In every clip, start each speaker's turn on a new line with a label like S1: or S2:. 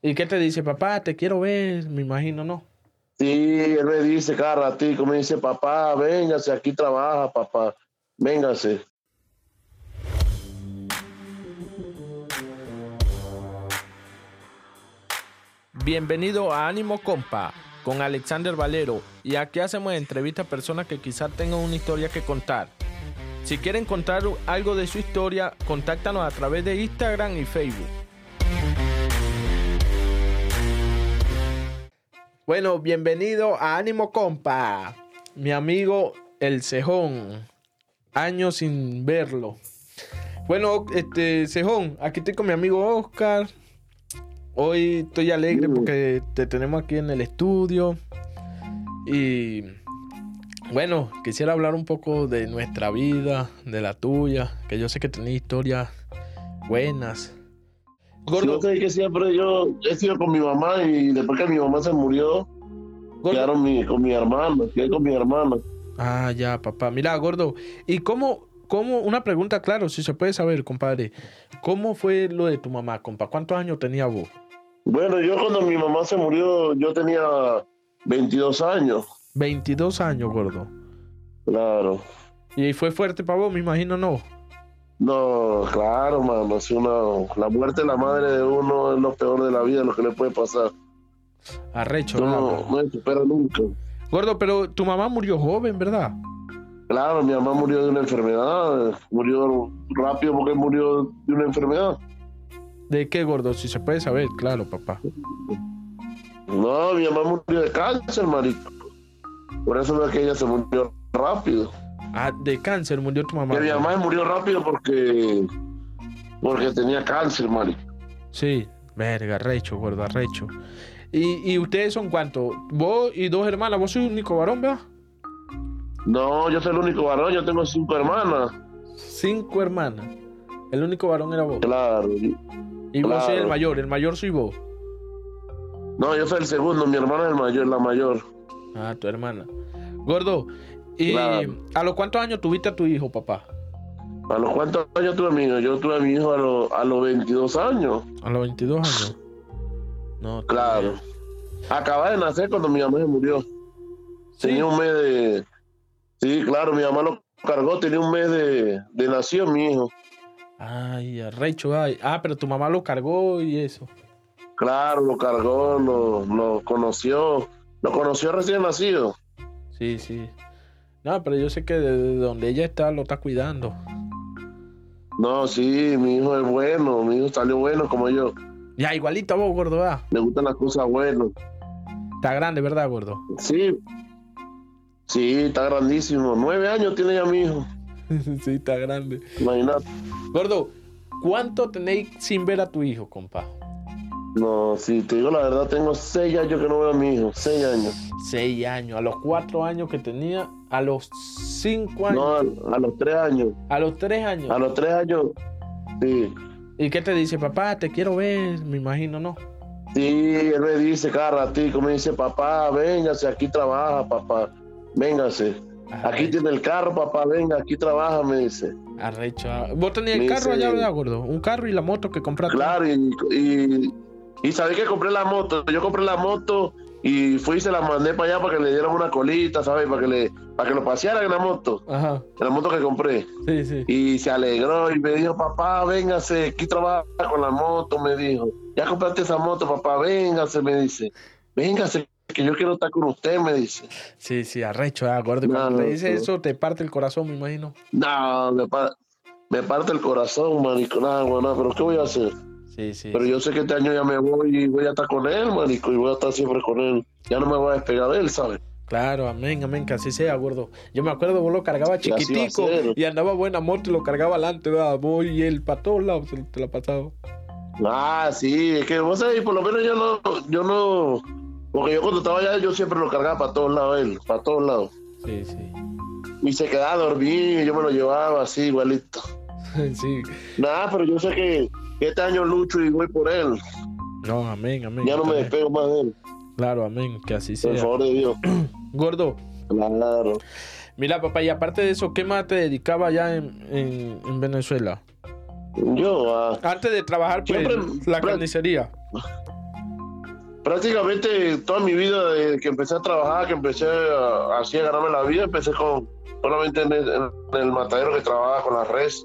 S1: ¿Y qué te dice, papá? Te quiero ver, me imagino, ¿no?
S2: Sí, él me dice cada ratico, me dice, papá, véngase, aquí trabaja, papá, véngase.
S1: Bienvenido a Ánimo Compa con Alexander Valero y aquí hacemos entrevista a personas que quizás tengan una historia que contar. Si quieren contar algo de su historia, contáctanos a través de Instagram y Facebook. Bueno, bienvenido a Ánimo Compa, mi amigo El Cejón. Años sin verlo. Bueno, este Cejón, aquí estoy con mi amigo Oscar, Hoy estoy alegre porque te tenemos aquí en el estudio. Y bueno, quisiera hablar un poco de nuestra vida, de la tuya, que yo sé que tenés historias buenas.
S2: Gordo, yo sé que siempre yo he sido con mi mamá y después que mi mamá se murió, gordo. quedaron mi, con mi hermano, quedé con mi hermano.
S1: Ah, ya, papá. Mira, gordo, ¿y cómo, ¿Cómo, una pregunta, claro, si se puede saber, compadre, ¿cómo fue lo de tu mamá, compa? ¿Cuántos años tenía vos?
S2: Bueno, yo cuando mi mamá se murió, yo tenía 22 años.
S1: 22 años, gordo.
S2: Claro.
S1: ¿Y fue fuerte para vos, me imagino, no?
S2: No, claro, mamá, si uno, la muerte de la madre de uno es lo peor de la vida, lo que le puede pasar.
S1: Arrecho,
S2: no, no, no supera nunca.
S1: Gordo, pero tu mamá murió joven, ¿verdad?
S2: Claro, mi mamá murió de una enfermedad, murió rápido porque murió de una enfermedad.
S1: ¿De qué, gordo? Si se puede saber, claro, papá.
S2: No, mi mamá murió de cáncer, marico. Por eso no es que ella se murió rápido.
S1: Ah, de cáncer murió tu mamá.
S2: Que mi mamá murió rápido porque porque tenía cáncer, marico.
S1: Sí, verga, recho, gordo, recho. ¿Y, y ustedes son cuántos? ¿Vos y dos hermanas? ¿Vos sois único varón, verdad?
S2: No, yo soy el único varón, yo tengo cinco hermanas.
S1: Cinco hermanas. El único varón era vos.
S2: Claro.
S1: Y
S2: claro.
S1: vos soy el mayor, el mayor soy vos.
S2: No, yo soy el segundo, mi hermana es el mayor, la mayor.
S1: Ah, tu hermana. Gordo, ¿y claro. a los cuántos años tuviste a tu hijo, papá?
S2: ¿A los cuántos años tuve a mi hijo? Yo tuve a mi hijo a, lo, a los 22 años.
S1: ¿A los 22 años? No.
S2: Claro. Acaba de nacer cuando mi mamá se murió. ¿Sí? Tenía un mes de... Sí, claro, mi mamá lo cargó, tenía un mes de, de nacido mi hijo.
S1: Ay, arrecho, ay. Ah, pero tu mamá lo cargó y eso.
S2: Claro, lo cargó, lo, lo conoció. Lo conoció recién nacido.
S1: Sí, sí. No, pero yo sé que desde donde ella está lo está cuidando.
S2: No, sí, mi hijo es bueno, mi hijo salió bueno como yo.
S1: Ya, igualito a vos, gordo, ¿verdad?
S2: Le gustan las cosas buenas.
S1: Está grande, ¿verdad, gordo?
S2: Sí, Sí, está grandísimo. Nueve años tiene ya mi hijo.
S1: sí, está grande.
S2: Imagínate.
S1: Gordo, ¿cuánto tenéis sin ver a tu hijo, compa?
S2: No, si te digo la verdad, tengo seis años que no veo a mi hijo. Seis años.
S1: Seis años. A los cuatro años que tenía, a los cinco años.
S2: No, a, a los tres años.
S1: A los tres años.
S2: A los tres años, sí.
S1: ¿Y qué te dice, papá? Te quiero ver, me imagino, ¿no?
S2: Sí, él me dice cada ratico, me dice, papá, véngase, aquí trabaja, papá véngase. Arrecho. Aquí tiene el carro, papá, venga, aquí trabaja, me dice.
S1: Arrecho. Vos tenías el carro dice, allá, ¿verdad, gordo? Un carro y la moto que compraste.
S2: Claro, y, y, y sabés que compré la moto. Yo compré la moto y fui y se la mandé para allá para que le dieran una colita, ¿sabes? Para que le para que lo pasearan en la moto. Ajá. En la moto que compré.
S1: Sí, sí.
S2: Y se alegró y me dijo, papá, véngase, aquí trabaja con la moto, me dijo. Ya compraste esa moto, papá, véngase, me dice. Véngase, que yo quiero estar con usted, me dice.
S1: Sí, sí, arrecho, ah, gordo. No, Cuando te dice no. eso, te parte el corazón, me imagino.
S2: No, me, pa me parte el corazón, marico. Nada, bueno, pero ¿qué voy a hacer?
S1: Sí, sí.
S2: Pero yo sé que este año ya me voy y voy a estar con él, marico, y voy a estar siempre con él. Ya no me voy a despegar de él, ¿sabes?
S1: Claro, amén, amén, que así sea, gordo. Yo me acuerdo, vos lo cargabas chiquitico y andaba buena moto y lo cargaba adelante, ¿verdad? Vos y él, para todos lados, te la pasaba.
S2: Ah, sí, es que vos sabés, por lo menos yo no, yo no, porque yo cuando estaba allá, yo siempre lo cargaba para todos lados, él, para todos lados.
S1: Sí, sí.
S2: Y se quedaba a dormir, y yo me lo llevaba así, igualito.
S1: sí.
S2: Nada, pero yo sé que este año lucho y voy por él.
S1: No, amén, amén.
S2: Ya no
S1: amén.
S2: me despego más de él.
S1: Claro, amén, que así sea.
S2: Por favor de Dios.
S1: Gordo.
S2: Claro.
S1: Mira, papá, y aparte de eso, ¿qué más te dedicaba allá en, en, en Venezuela?
S2: Yo, ah,
S1: Antes de trabajar, pues, siempre, la carnicería.
S2: prácticamente toda mi vida, desde que empecé a trabajar, que empecé a, así a ganarme la vida, empecé con solamente en el, en el matadero que trabajaba con las redes.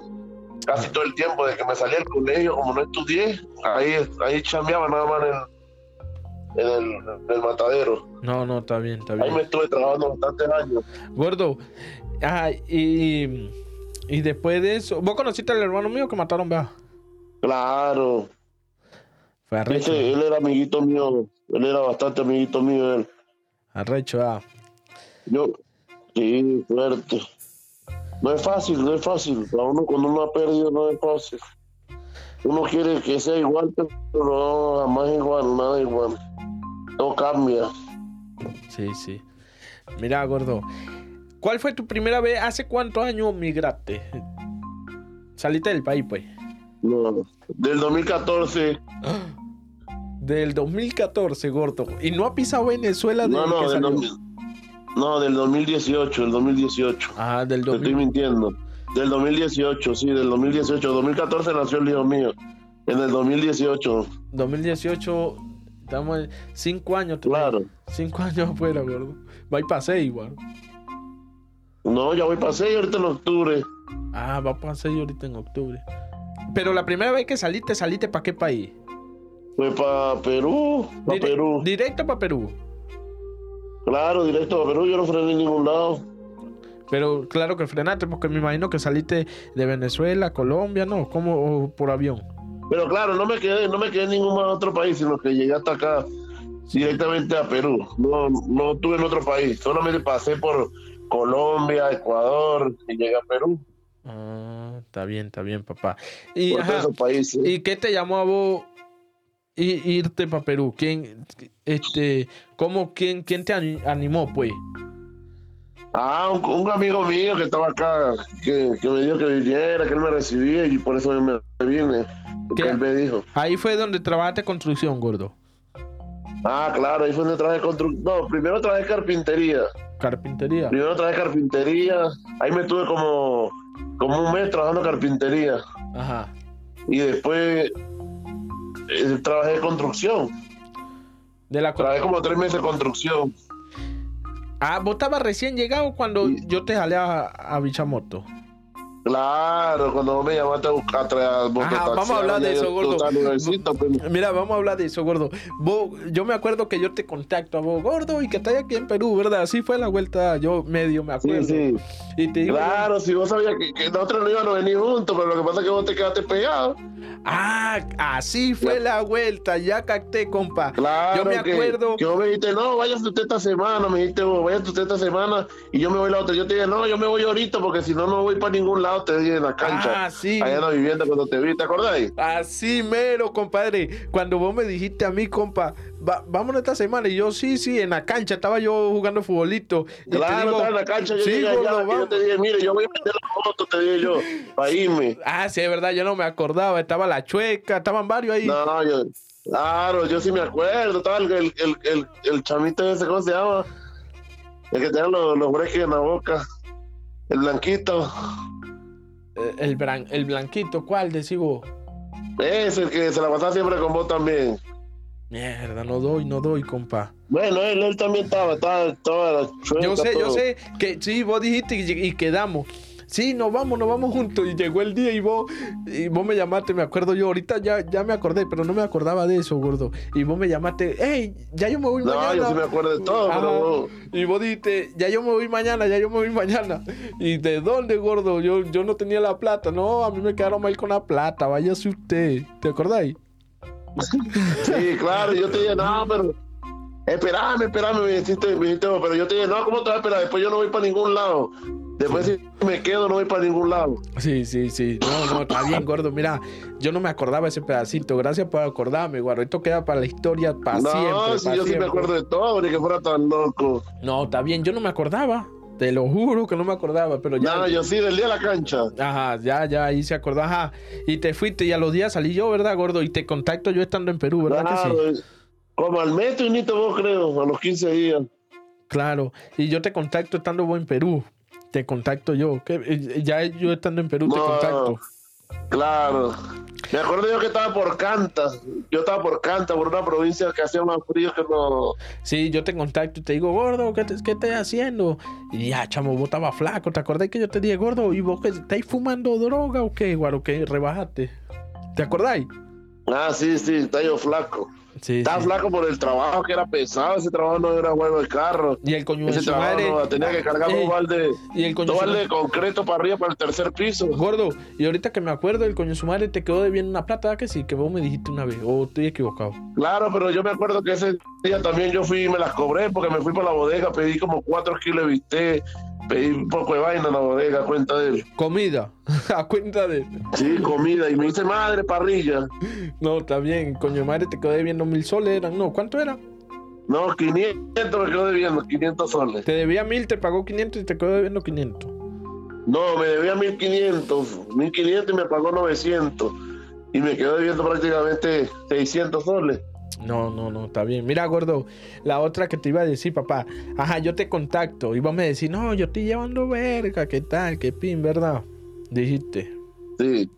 S2: Casi todo el tiempo, desde que me salí del colegio, como no estudié, ahí, ahí chambeaba nada más en el, en el, en el, matadero.
S1: No, no, está bien, está
S2: bien. Ahí me estuve trabajando bastantes años.
S1: Gordo, ajá, y, y después de eso, ¿vos conociste al hermano mío que mataron, vea?
S2: Claro. Fue arrecho. Ese, él era amiguito mío, él era bastante amiguito mío. Él.
S1: Arrecho, ah.
S2: Yo, sí, fuerte. No es fácil, no es fácil. Para uno cuando uno ha perdido no es fácil. Uno quiere que sea igual, pero no, jamás igual, nada igual no cambia.
S1: Sí, sí. Mira, gordo. ¿Cuál fue tu primera vez? ¿Hace cuántos años migraste? Saliste del país, pues.
S2: No, del 2014.
S1: ¡Ah! Del 2014, gordo. ¿Y no ha pisado Venezuela
S2: desde no, no, que salió? Del no, del 2018, el 2018.
S1: Ah, del 2018.
S2: Estoy mintiendo. Del 2018, sí, del 2018. 2014 nació el hijo mío. En el 2018.
S1: 2018 Estamos cinco años.
S2: Claro.
S1: Cinco años afuera, gordo. Va y pasé igual.
S2: No, ya voy para seis ahorita en octubre.
S1: Ah, va para seis ahorita en octubre. Pero la primera vez que saliste, ¿saliste para qué país?
S2: Pues para Perú. Para Dire Perú.
S1: ¿Directo para Perú?
S2: Claro, directo para Perú. Yo no frené en ningún lado.
S1: Pero claro que frenaste, porque me imagino que saliste de Venezuela, Colombia, ¿no? ¿Cómo? O por avión?
S2: Pero claro, no me quedé, no me quedé en ningún más otro país, sino que llegué hasta acá directamente a Perú. No, no estuve en otro país, solamente pasé por Colombia, Ecuador y llegué a Perú.
S1: Ah, está bien, está bien, papá. Y,
S2: por ajá, esos países.
S1: ¿Y qué te llamó a vos irte para Perú? ¿Quién, este, cómo, quién, quién te animó, pues?
S2: Ah, un, un, amigo mío que estaba acá, que, que, me dijo que viniera, que él me recibía y por eso me, me vine. Que él me dijo.
S1: Ahí fue donde trabajaste construcción, gordo.
S2: Ah, claro, ahí fue donde trabajé construcción. No, primero trabajé carpintería.
S1: Carpintería.
S2: Primero trabajé carpintería. Ahí me tuve como, como un mes trabajando carpintería.
S1: Ajá.
S2: Y después eh, trabajé construcción.
S1: De la
S2: trabajé como tres meses de construcción.
S1: Ah, vos estabas recién llegado cuando sí. yo te jalé a, a, Bichamoto.
S2: Claro, cuando me llamaste a buscar atrás.
S1: Ajá, vamos a hablar de eso, gordo.
S2: pues.
S1: Mira, vamos a hablar de eso, gordo. Vos, yo me acuerdo que yo te contacto a vos, gordo, y que estás aquí en Perú, ¿verdad? Así fue la vuelta, yo medio me acuerdo.
S2: Sí, sí. Y te digo, claro, si vos sabías que, que nosotros no íbamos a venir juntos, pero lo que pasa es que vos te quedaste pegado.
S1: Ah, así fue la vuelta, ya capté, compa.
S2: Claro,
S1: yo me acuerdo.
S2: Que, que vos me dijiste, no, váyase usted esta semana, me dijiste vos, váyase usted esta semana, y yo me voy la otra. Yo te dije, no, yo me voy ahorita porque si no, no voy para ningún lado, te dije en la cancha.
S1: Ah, sí.
S2: Allá en la vivienda cuando te vi, ¿te acordáis?
S1: Así mero, compadre. Cuando vos me dijiste a mí, compa, va, vámonos esta semana, y yo, sí, sí, en la cancha, estaba yo jugando futbolito. Y
S2: claro, digo, estaba en la cancha, yo sí, llegué allá, gordo, y yo te dije, mire, yo voy a vender la moto, te dije yo, para irme.
S1: Ah, sí, es verdad, yo no me acordaba, estaba la chueca, estaban varios ahí.
S2: No, no, yo, claro, yo sí me acuerdo, estaba el, el, el, el chamito ese, ¿cómo se llama? El que tenía los, los breques en la boca, el blanquito.
S1: Eh, El, bran, el blanquito, ¿cuál decís vos?
S2: Es el que se la pasaba siempre con vos también.
S1: Mierda, no doy, no doy, compa.
S2: Bueno, él, él también estaba, estaba toda la
S1: chueca, Yo sé, todo. yo sé que sí, vos dijiste y, y quedamos sí, nos vamos, nos vamos juntos. Y llegó el día y vos, y vos me llamaste, me acuerdo yo, ahorita ya, ya me acordé, pero no me acordaba de eso, gordo. Y vos me llamaste, hey, ya yo me voy
S2: no,
S1: mañana.
S2: yo sí me acuerdo de todo, Ajá. pero...
S1: Y vos dijiste, ya yo me voy mañana, ya yo me voy mañana. ¿Y de dónde, gordo? Yo, yo no tenía la plata. No, a mí me quedaron mal con la plata, váyase usted. ¿Te acordáis?
S2: sí, claro, yo te dije, no, pero esperame, esperame, me dijiste, me dijiste, pero yo te dije, no, ¿cómo te vas a esperar? Después yo no voy para ningún lado. Después sí. si me quedo, no voy para ningún lado.
S1: Sí, sí, sí. No, no, está bien, gordo. Mira, yo no me acordaba ese pedacito. Gracias por acordarme, guardo. Esto queda para la historia, para
S2: no,
S1: siempre. No,
S2: si
S1: para
S2: yo
S1: siempre.
S2: sí me acuerdo de todo, ni que fuera tan loco.
S1: No, está bien, yo no me acordaba. Te lo juro que no me acordaba, pero ya.
S2: No, yo sí, del día de la cancha.
S1: Ajá, ya, ya, ahí se acordó. Ajá. Y te fuiste y a los días salí yo, ¿verdad, gordo? Y te contacto yo estando en Perú, ¿verdad
S2: claro,
S1: que sí?
S2: Como al mes y vos, creo, a los 15 días.
S1: Claro, y yo te contacto Eh, estando vos en Perú. Te contacto yo. ¿Qué? Ya yo estando en Perú no, te contacto.
S2: Claro. Me acuerdo yo que estaba por Canta. Yo estaba por Canta, por una provincia que hacía más frío que no.
S1: Sí, yo te contacto y te digo, gordo, ¿qué, te, qué estás haciendo? Y ya, chamo, vos estabas flaco. ¿Te acordás que yo te dije, gordo, y vos que estáis fumando droga o qué, guaro? ¿Qué? Rebajaste. ¿Te acordáis?
S2: Ah, sí, sí, está yo flaco.
S1: Sí,
S2: Estaba
S1: sí.
S2: flaco por el trabajo que era pesado, ese trabajo no era bueno el carro.
S1: Y el coño de
S2: Ese
S1: su
S2: trabajo
S1: madre.
S2: no, tenía que cargar
S1: Ey,
S2: un balde,
S1: Y el coño de su
S2: dos baldes
S1: madre-
S2: de concreto para arriba, para el tercer piso.
S1: Gordo, y ahorita que me acuerdo, el coño de su madre te quedó debiendo una plata, ¿verdad que sí? Que vos me dijiste una vez. O estoy equivocado.
S2: Claro, pero yo me acuerdo que ese día también yo fui y me las cobré porque me fui para la bodega, pedí como cuatro kilos de bistec, pedí un poco de vaina en la bodega, a cuenta de él.
S1: Comida. a cuenta de.
S2: Sí, comida, y me dice madre parrilla.
S1: No, está bien. Coño de madre te quedó debiendo mil soles. Eran, no, ¿cuánto era?
S2: No, 500 me quedó debiendo, 500 soles.
S1: Te debía mil, te pagó 500 y te quedó debiendo 500.
S2: No, me debía 1500, 1500 y me pagó 900. Y me quedó debiendo prácticamente 600 soles.
S1: No, no, no, está bien. Mira, gordo, la otra que te iba a decir, papá. Ajá, yo te contacto. Y vos me decís, no, yo estoy llevando verga, ¿qué tal? ¿Qué pin, verdad? Dijiste.
S2: Sí.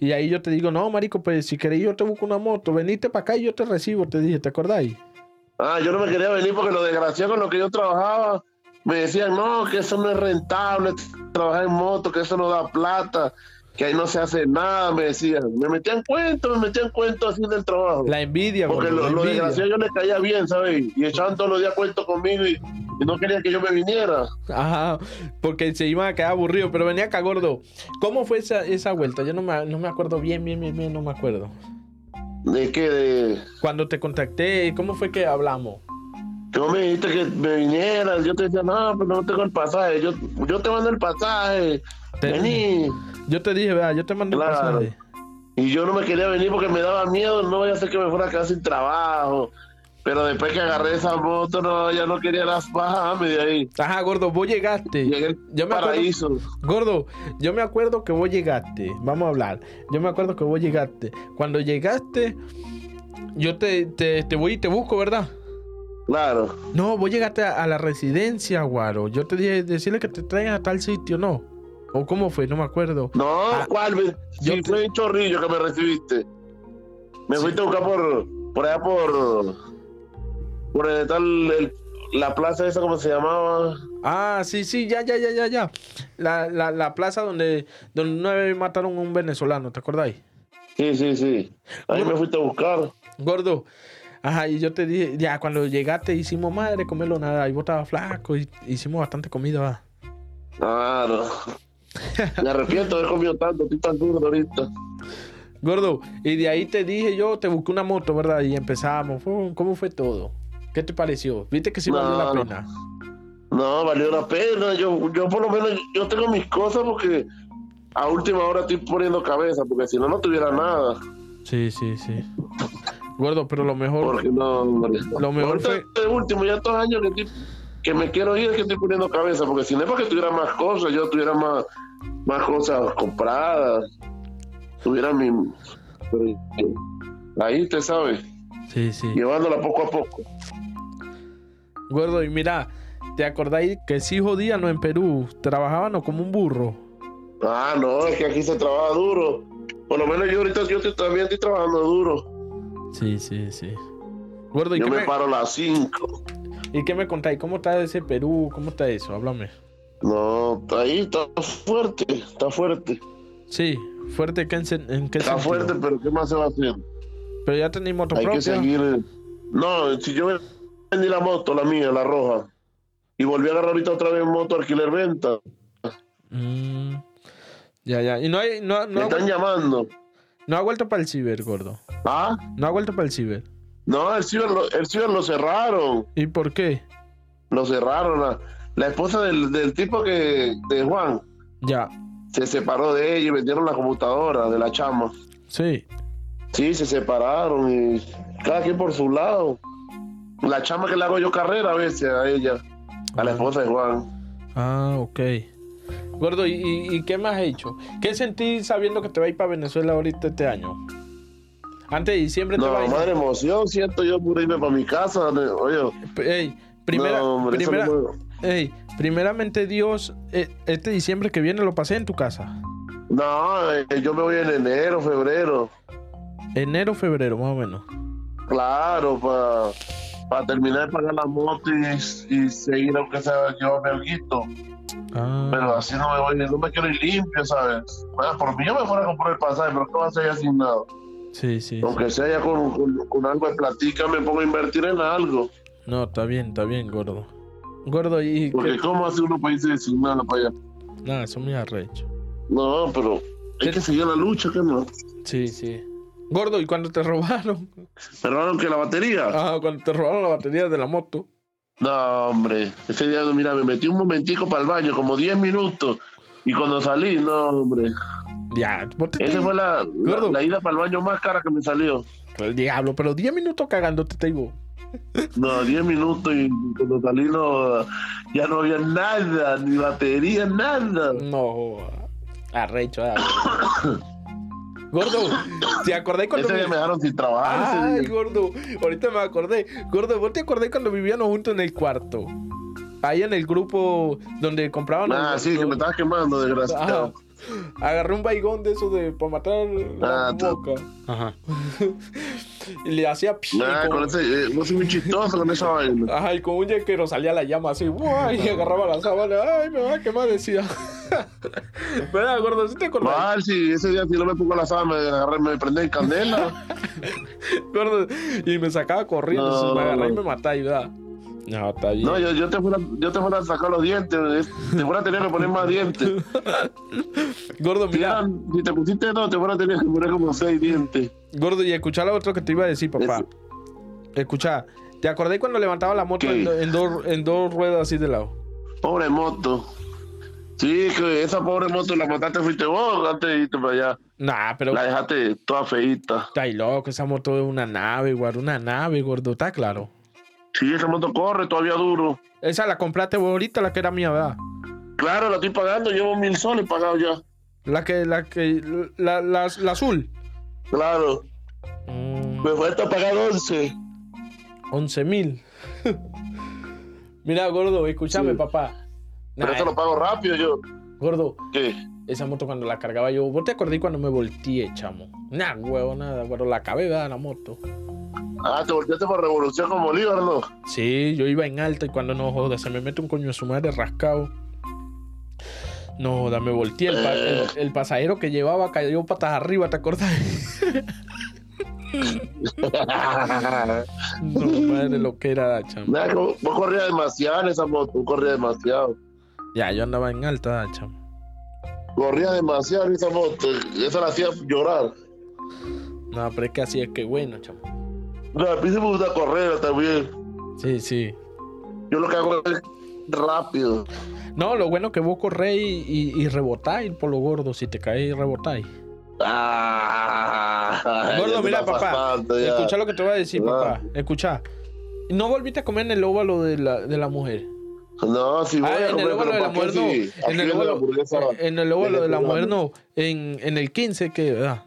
S1: Y ahí yo te digo, no, marico, pues si querés yo te busco una moto, venite para acá y yo te recibo, te dije, ¿te acordáis?
S2: Ah, yo no me quería venir porque lo desgraciado con lo que yo trabajaba me decían, no, que eso no es rentable, trabajar en moto, que eso no da plata, que ahí no se hace nada, me decían. Me metían cuentos, me metían cuentos así del trabajo.
S1: La envidia,
S2: Porque
S1: gordo,
S2: lo,
S1: la
S2: lo
S1: envidia.
S2: desgraciado yo les caía bien, ¿sabes? Y echaban todos los días cuentos conmigo y, y no querían que yo me viniera.
S1: Ajá, porque se iban a quedar aburridos, pero venía acá, gordo. ¿Cómo fue esa, esa vuelta? Yo no me, no me acuerdo bien, bien, bien, bien, no me acuerdo.
S2: De que de,
S1: Cuando te contacté, ¿cómo fue que hablamos?
S2: que vos me dijiste que me viniera, yo te decía, no, pero no tengo el pasaje, yo, yo te mando el pasaje,
S1: Te-
S2: vení.
S1: Yo te dije, ¿verdad? Yo te mandé un
S2: Claro.
S1: pasaje.
S2: Y yo no me quería venir porque me daba miedo, no vaya a ser que me fuera a quedar sin trabajo. Pero después que agarré esa moto, no, ya no quería las bajarme de ahí.
S1: Ajá, gordo, vos llegaste.
S2: Llegué al
S1: Yo me acuerdo,
S2: paraíso.
S1: gordo, yo me acuerdo que vos llegaste. Vamos a hablar. Yo me acuerdo que vos llegaste. Cuando llegaste, yo te, te, te voy y te busco, ¿verdad?
S2: Claro.
S1: No, vos llegaste a, a la residencia, Guaro. Yo te dije, decirle que te traigan a tal sitio, ¿no? ¿O cómo fue? No me acuerdo.
S2: No,
S1: Ah,
S2: ¿cuál? Me-
S1: yo
S2: sí,
S1: te-
S2: fue en Chorrillo que me recibiste. Me
S1: Sí.
S2: fuiste a buscar por, por allá por. Por el tal. el- la plaza esa, ¿cómo se llamaba?
S1: Ah, sí, sí, ya, ya, ya, ya, ya. La, la, la plaza donde, donde una vez mataron a un venezolano, ¿te acordáis?
S2: Sí, sí, sí. Ahí me fuiste a buscar.
S1: Gordo. Ajá, y yo te dije, ya, cuando llegaste hicimos madre, comerlo nada. Y vos estabas flaco y hicimos bastante comida, va.
S2: Claro. Ah, Me arrepiento de haber comido tanto, estoy tan duro ahorita.
S1: Gordo, y de ahí te dije yo, te busqué una moto, ¿verdad? Y empezamos. Fum, ¿Cómo fue todo? ¿Qué te pareció? ¿Viste que sí valió la
S2: No.
S1: pena?
S2: No, valió la pena. Yo, yo por lo menos, yo tengo mis cosas porque a última hora estoy poniendo cabeza, porque si no, no tuviera nada.
S1: Sí, sí, sí. Gordo, pero lo mejor.
S2: Porque no, hombre.
S1: Lo mejor
S2: Ahorita, de último, ya estos años que, estoy- que me quiero ir es que estoy poniendo cabeza, porque si no es porque tuviera más cosas, yo tuviera más, más cosas compradas, tuviera mi... pero- Ahí te sabes,
S1: Sí, sí.
S2: llevándola poco a poco.
S1: Gordo, y mira, ¿te acordáis que sí jodían no en Perú? Trabajaban como un burro.
S2: Ah, no, es que aquí se trabaja duro. Por lo menos yo ahorita yo estoy- también estoy trabajando duro.
S1: Sí, sí, sí. Gordo, ¿y,
S2: Yo
S1: qué
S2: me
S1: me,
S2: paro a las 5.
S1: ¿y qué me contáis? ¿Cómo está ese Perú? ¿Cómo está eso? Háblame.
S2: No, está ahí está fuerte, está fuerte.
S1: Sí, fuerte que en, sen- en qué
S2: Está
S1: sentido?
S2: fuerte, pero ¿qué más se va a hacer?
S1: Pero ya tenéis moto
S2: Hay que
S1: propia.
S2: seguir. eh. No, si yo vendí la moto, la mía, la roja, y volví a agarrar ahorita otra vez moto alquiler venta,
S1: Mm, ya, ya. Y no, hay, no, no,
S2: me
S1: ha,
S2: están
S1: vuel-
S2: llamando.
S1: no ha vuelto para el ciber, gordo.
S2: ¿Ah?
S1: No ha vuelto para el ciber.
S2: No, el ciber, lo, el ciber lo cerraron,
S1: ¿Y por qué?
S2: lo cerraron. La, la esposa del, del tipo que, de Juan
S1: Ya.
S2: se separó de ella y vendieron la computadora de la chama.
S1: Sí.
S2: Sí, se separaron y cada quien por su lado. La chama que le hago yo carrera a veces a ella, a la esposa de Juan.
S1: Ah, ok. Gordo, ¿y, y, y qué más has hecho? ¿Qué sentís sabiendo que te vas a ir para Venezuela ahorita este año? Antes de diciembre te
S2: No,
S1: vas a ir.
S2: madre emoción, siento yo por irme para mi casa. de- Oye,
S1: Ey, primera,
S2: no, hombre, eso
S1: primera-
S2: no puedo.
S1: ey, primeramente Dios, eh, este diciembre que viene lo pasé en tu casa.
S2: No, eh, yo me voy en enero, febrero.
S1: Enero, febrero, más o menos.
S2: Claro, para terminar de pagar la moto y, y seguir, aunque sea llevarme algo.
S1: Ah,
S2: Pero así no me voy, no me quiero ir limpio, ¿sabes? Bueno, por mí yo me fuera a comprar el pasaje, pero ¿qué va a ser ya sin nada?
S1: sí, sí, sí.
S2: Aunque sea ya con, con, con algo de platica, me pongo a invertir en algo.
S1: No, está bien, está bien, gordo. Gordo y...
S2: Porque ¿cómo hace uno país sin nada para allá?
S1: Nada, son mis arrechos.
S2: No, pero hay que seguir la lucha, ¿qué no?
S1: Sí, sí. Gordo, ¿y cuando te robaron?
S2: Pero que la batería.
S1: Ah, cuando te robaron la batería de la moto.
S2: No, hombre, ese día, mira, me metí un momentico para el baño, como 10 minutos. Y cuando salí, no, hombre.
S1: Ya, ponte
S2: Esa fue la, la,
S1: Gordo.
S2: la ida para el baño más cara que me salió.
S1: el diablo, pero 10 minutos cagándote, te digo.
S2: No, 10 minutos y cuando salí no, ya no había nada, ni batería, nada.
S1: No, arrecho, arrecho. Gordo, ¿te acordás cuando...
S2: Ese día
S1: vi-
S2: me dejaron sin trabajar. ese
S1: Ay,
S2: día.
S1: gordo, ahorita me acordé. Gordo, ¿vos te acordás cuando vivíamos juntos en el cuarto? Ahí en el grupo donde compraban...
S2: Ah,
S1: los-
S2: sí, que me estabas quemando,
S1: Ajá.
S2: desgraciado.
S1: Agarré un baigón de eso de para matar la
S2: Ah, tú.
S1: boca. y le hacía pi-
S2: Ah,
S1: y
S2: con
S1: con-
S2: ese, eh, vos sos muy chistoso con esa vaina.
S1: Ajá, y con un yaquero salía la llama así, ¡buah! y agarraba la sábana, ay, me va a quemar, decía. ¿Verdad, gordo? ¿Sí te acordás?
S2: Mal, si Ah, ese día si no me pongo la sábana, me, agarré, me prendí en candela.
S1: Gordo, Y me sacaba corriendo,
S2: Ah. No,
S1: así, me
S2: no,
S1: agarré y
S2: no.
S1: me mataba, y ¿verdad? No, está bien.
S2: No, yo, yo te fuera, yo te fuera a sacar los dientes, eh, te fuera a tener que poner más dientes.
S1: Gordo,
S2: Si,
S1: mira,
S2: eran- si te pusiste dos, te fuera a tener que poner como seis dientes.
S1: gordo, y escuchá lo otro que te iba a decir, papá. Escuchá, ¿te acordé cuando levantaba la moto
S2: ¿Qué?
S1: en, do- en dos, en dos ruedas así de lado?
S2: Pobre moto. Sí, que esa pobre moto la mataste, fuiste vos antes de irte para allá.
S1: Nah, pero...
S2: La dejaste toda feíta.
S1: Está loco, esa moto es una nave, guarda, una nave, gordo, está claro.
S2: Sí, esa moto corre todavía duro.
S1: Esa la compraste vos ahorita, la que era mía, ¿verdad?
S2: Claro, la estoy pagando, llevo mil soles pagado ya.
S1: La que, la que, la, la, la azul.
S2: Claro,
S1: Mm,
S2: me falta pagar 11.
S1: 11 mil. Mira, gordo, escúchame,
S2: Sí.
S1: papá.
S2: Pero
S1: Nah,
S2: eso lo pago rápido yo.
S1: Gordo,
S2: ¿Qué?
S1: esa moto cuando la cargaba yo, vos te acordás cuando me volteé, chamo. Nah, huevo, nada, gordo, la acabé, ¿verdad? La moto.
S2: Ah, te volteaste por revolución con Bolívar, ¿no?
S1: Sí, yo iba en alta y cuando no joda, se me mete un coño de su madre rascado. No joda, me volteé. El, pa- el- el pasajero que llevaba cayó patas arriba, ¿te acordás? No, madre, lo que era, chamo.
S2: Nah, como- vos corrías demasiado en esa moto, vos corrías demasiado.
S1: Ya, yo andaba en alta, chamo.
S2: Corrías demasiado en esa moto, esa la hacía llorar.
S1: No, pero es que así es que bueno, chamo.
S2: No, a mí sí me gusta correr también.
S1: Sí, sí.
S2: Yo lo que hago es rápido.
S1: No, lo bueno que vos corrés y, y, y rebotáis por lo gordo. Si te caes, rebotáis.
S2: Ah, ya
S1: Gordo,
S2: te
S1: mira,
S2: estás
S1: papá.
S2: pasando ya.
S1: Escucha lo que te voy a decir,
S2: Ah.
S1: papá. Escucha. No volviste a comer en el óvalo de la, de la mujer.
S2: No, si voy
S1: Ah,
S2: a
S1: en el
S2: comer,
S1: óvalo
S2: pero
S1: de la
S2: ¿para qué
S1: mujer no.
S2: si aquí
S1: En el eh,
S2: venden
S1: óvalo-
S2: hamburguesa?
S1: En el óvalo de la
S2: Desde
S1: mujer
S2: el
S1: no. En, en el Ah, 15, que, ¿verdad?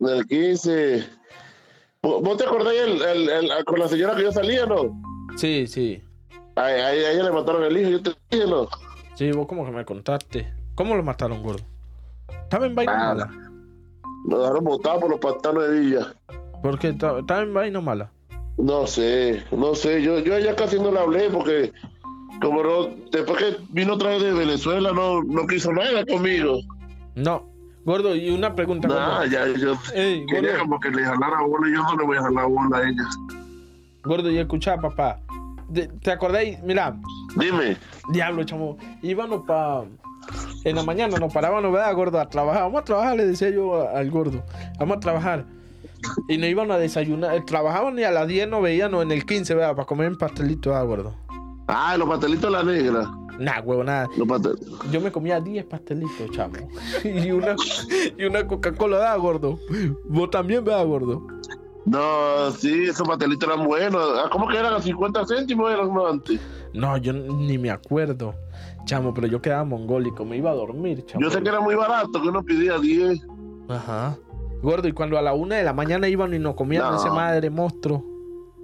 S2: En el 15. ¿Vos vos te acordás el- el- el- con la señora que yo salía, no?
S1: Sí, sí.
S2: A, a- a ella le mataron el hijo, yo te dije, no.
S1: Sí, vos como que me contaste. ¿Cómo lo mataron, gordo? Estaba en vaina
S2: Nada.
S1: mala.
S2: Lo dejaron botado por los pantanos de Villa.
S1: Porque estaba en vaina mala.
S2: No sé, no sé. Yo, yo a ella casi no le hablé porque, como no, después que vino otra vez de Venezuela, no, no quiso nada conmigo.
S1: No. Gordo, y una pregunta.
S2: Nada,
S1: gordo.
S2: ya yo
S1: Ey,
S2: quería
S1: gordo.
S2: como que le jalara bola y yo no le voy a jalar bola a ella.
S1: Gordo, y escuchá, papá. De- ¿Te acordáis? Mira,
S2: Dime.
S1: diablo, chamo. Íbamos pa. En la mañana nos parábamos, ¿verdad, gordo? A trabajar. Vamos a trabajar, le decía yo a- al gordo. Vamos a trabajar. Y nos iban a desayunar. Eh, Trabajaban y a las 10 nos veíamos en el 15, ¿verdad? Para comer un pastelito, ¿verdad, gordo?
S2: Ah, los pastelitos de la negra.
S1: Nah, huevo, nada.
S2: Los pastelitos.
S1: Yo me comía 10 pastelitos, chamo. Y una, y una Coca-Cola, ¿verdad, gordo? Vos también, ¿verdad, gordo?
S2: No, sí, esos pastelitos eran buenos. Ah, ¿Cómo que eran? ¿A 50 céntimos eran uno antes?
S1: No, yo ni me acuerdo. Chamo, pero yo quedaba mongólico. Me iba a dormir, chamo.
S2: Yo sé que era muy barato, que uno pedía 10.
S1: Ajá. Gordo, y cuando a la una de la mañana iban y nos comían
S2: No.
S1: ese madre monstruo.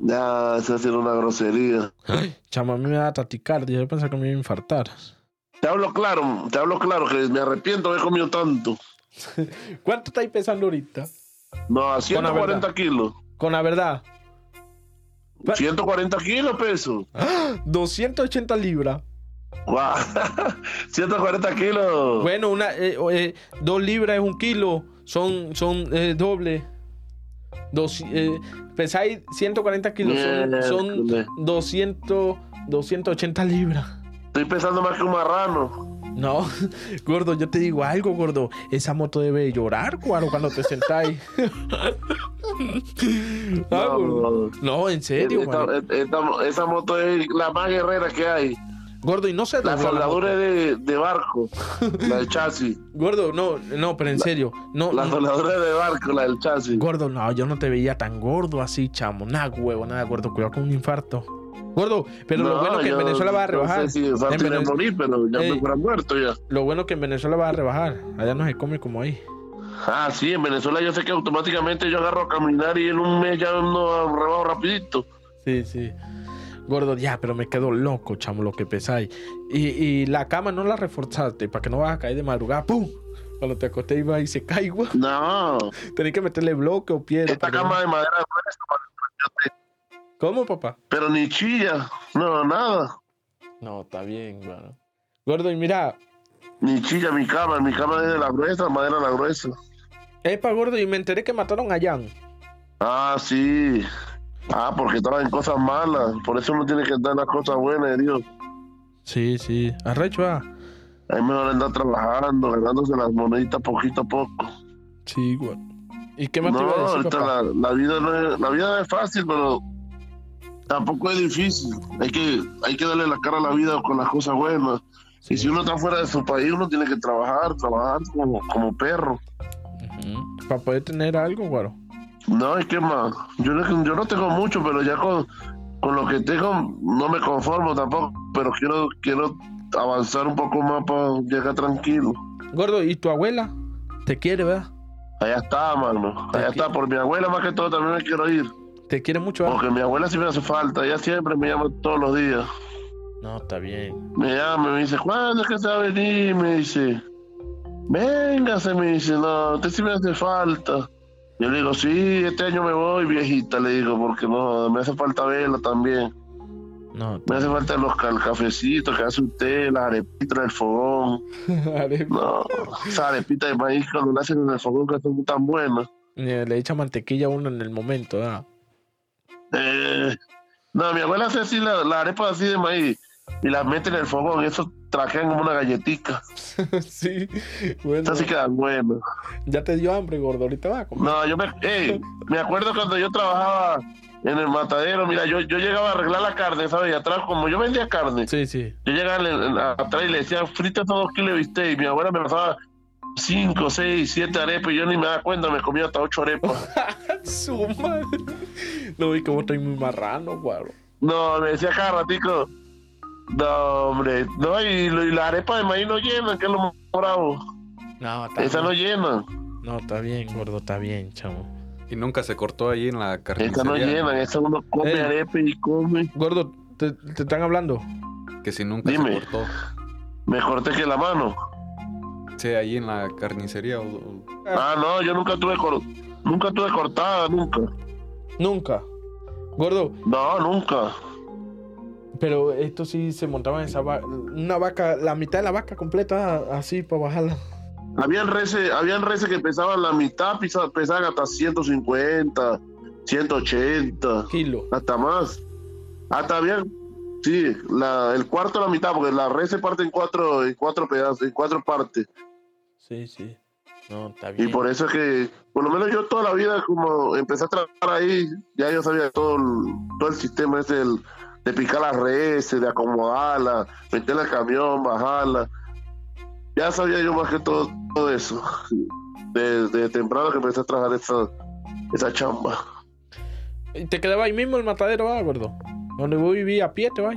S2: Ya, eso ha sido una grosería.
S1: Chamo, a mí me da taticardia. Yo pensaba que me iba a infartar.
S2: Te hablo claro, te hablo claro, que me arrepiento de haber comido tanto.
S1: ¿Cuánto estáis pesando ahorita?
S2: No, a
S1: Con la
S2: 140
S1: verdad.
S2: kilos.
S1: Con la verdad, Pa-
S2: 140 kilos peso.
S1: Ah. 280 libras.
S2: Guau. 140 kilos.
S1: Bueno, una, eh, o- eh, dos libras es un kilo, son, son eh, doble. Dos, eh, pesáis 140 kilos, son, son
S2: Miércoles.
S1: 200, 280 libras.
S2: Estoy pesando más que un marrano.
S1: No, gordo, yo te digo algo, gordo. Esa moto debe llorar, cuaro, cuando te sentáis. Ah,
S2: No,
S1: gordo.
S2: no.
S1: no, en serio,
S2: Esta-
S1: mano.
S2: esta- esa moto es la más guerrera que hay.
S1: gordo, y no se
S2: La
S1: dobló la moto.
S2: soldadura es de, de barco. La del chasis.
S1: Gordo, no, no, pero en serio. No,
S2: La
S1: no.
S2: soldadura es de barco, la del chasis.
S1: Gordo, no, yo no te veía tan gordo así, chamo. Nada, huevo, nada, gordo. Cuidado con un infarto. Gordo, pero lo
S2: No,
S1: bueno que en
S2: yo
S1: Venezuela va a rebajar.
S2: No sé si el
S1: En
S2: santo iba a
S1: Venez-
S2: morir, pero ya
S1: Ey.
S2: me hubiera muerto ya.
S1: Lo bueno que en Venezuela va a rebajar. Allá no se come como ahí.
S2: Ah, sí, en Venezuela yo sé que automáticamente yo agarro a caminar y en un mes ya no rebajo rapidito.
S1: Sí, sí. Gordo, ya, pero me quedo loco, chamo, lo que pesáis. Y, y la cama no la reforzaste para que no vas a caer de madrugada. ¡Pum! Cuando te acosté iba y se caigo.
S2: No,
S1: Tenés que meterle bloque o piedra.
S2: esta
S1: pero-
S2: cama de madera de presto, para-
S1: ¿Cómo, papá?
S2: pero ni chilla, no, nada.
S1: No, está bien, gordo. Gordo, y mira,
S2: Ni chilla mi cama, mi cama es de la gruesa, la madera de la gruesa.
S1: epa, gordo, y me enteré que mataron a Jan.
S2: Ah, sí. Ah, porque traen cosas malas, por eso uno tiene que dar las cosas buenas de Dios.
S1: Sí, sí. Arrecho, ah.
S2: Es mejor andar trabajando, ganándose las moneditas poquito a poco.
S1: Sí, gordo. ¿Y qué más
S2: No,
S1: te iba a decir,
S2: ahorita
S1: papá?
S2: la, la vida no es, la vida no es fácil, pero tampoco es difícil. Hay que, hay que darle la cara a la vida con las cosas buenas.
S1: Sí.
S2: Y si uno está fuera de su país, uno tiene que trabajar, trabajar como, como perro.
S1: Ujú. Para poder tener algo, gordo.
S2: No, es que más. Yo no, yo no tengo mucho, pero ya con, con lo que tengo no me conformo tampoco. Pero quiero, quiero avanzar un poco más para llegar tranquilo.
S1: Gordo, ¿y tu abuela? Te quiere, ¿verdad?
S2: Allá está, mano. Allá está. Por mi abuela, más que todo, también me quiero ir.
S1: Te quiere mucho, ¿ah? ¿verdad?
S2: Porque mi abuela sí me hace falta. Ella siempre me llama todos los días. Oh.
S1: No, está bien.
S2: me llama y me dice, ¿cuándo es que se va a venir? Me dice, véngase, me dice, no, usted sí me hace falta. Yo le digo, sí, este año me voy, viejita, le digo, porque no, me hace falta verla también.
S1: No,
S2: Me hace falta los ca- el cafecito que hace usted, las arepitas del fogón. No, esas arepitas de maíz cuando las hacen en el fogón que son tan buenas.
S1: Eh, Le echa mantequilla a uno en el momento, ¿verdad?
S2: Eh, no, mi abuela hace así las la arepas así de maíz y las mete en el fogón y eso trajean como una galletica.
S1: sí, bueno.
S2: Esas sí quedan buenas.
S1: Ya te dio hambre, gordo. Ahorita va a comer.
S2: No, yo me, ey, me acuerdo cuando yo trabajaba en el matadero, mira, yo, yo llegaba a arreglar la carne, ¿sabes? Y atrás, como yo vendía carne,
S1: Sí, sí.
S2: yo llegaba le- le- atrás y le decía, frita estos dos kilos de bistec", y mi abuela me pasaba cinco, seis, siete arepas, y yo ni me daba cuenta, me comía hasta ocho arepas.
S1: Su madre. No vi cómo estoy muy marrano, guaro.
S2: No, me decía cada ratico, no, hombre, no, y, lo- y las arepas de maíz no llenan, que es lo más bravo,
S1: No, está
S2: esas no
S1: bien.
S2: llenan,
S1: No, está bien, gordo. Está bien, chamo.
S3: Y nunca se cortó ahí en la
S2: esas no
S3: carnicería.
S2: llenan, esas uno come
S1: Ey.
S2: arepas y come,
S1: Gordo, te, te están hablando.
S3: que si nunca
S2: Dime.
S3: se cortó.
S2: me corté que la mano.
S3: Sí, ahí en la carnicería. o- o-
S2: Ah, no, yo nunca tuve cor- nunca tuve cortada, nunca.
S1: Nunca. Gordo,
S2: No, nunca.
S1: pero esto sí se montaba en esa va- una vaca, la mitad de la vaca completa así para bajarla.
S2: Habían reses, habían reses que pesaban la mitad, pisa- pesaban hasta 150, 180,
S1: Kilo.
S2: hasta más. Hasta habían, sí, la, el cuarto la mitad, porque la res se parte en cuatro, en cuatro pedazos, en cuatro partes.
S1: Sí, sí. No, está
S2: Y
S1: bien.
S2: por eso es que, por lo menos yo toda la vida, como empecé a trabajar ahí, ya yo sabía todo el, todo el sistema ese del- de picar las redes, de acomodarla, meterla al camión, bajarla. Ya sabía yo más que todo, todo eso. Desde temprano que empecé a trabajar esa, esa chamba.
S1: ¿Y ¿Te quedaba ahí mismo el matadero, va, gordo? Donde voy viví a pie, te vas.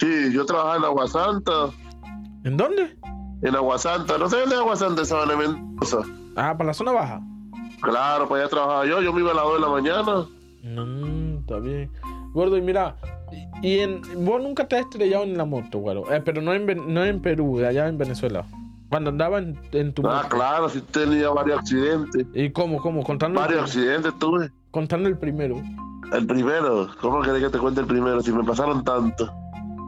S2: Sí, yo trabajaba en Agua Santa,
S1: ¿En dónde?
S2: en Agua Santa, no sé dónde es Agua Santa, esa de Mendoza.
S1: Ah, para la zona baja.
S2: Claro, para allá trabajaba yo, yo me iba a las 2 de la mañana.
S1: Mm, está bien. Gordo, y mira, y y en, vos nunca te has estrellado en la moto, güero. Eh, pero no en, Ven- no en Perú, allá en Venezuela. Cuando andaba en, en tu
S2: Ah,
S1: moto.
S2: claro, sí tenía varios accidentes.
S1: ¿Y cómo, cómo? Contando,
S2: Varios accidentes tuve.
S1: contando el primero.
S2: El primero, ¿cómo querés que te cuente el primero? Si me pasaron tanto.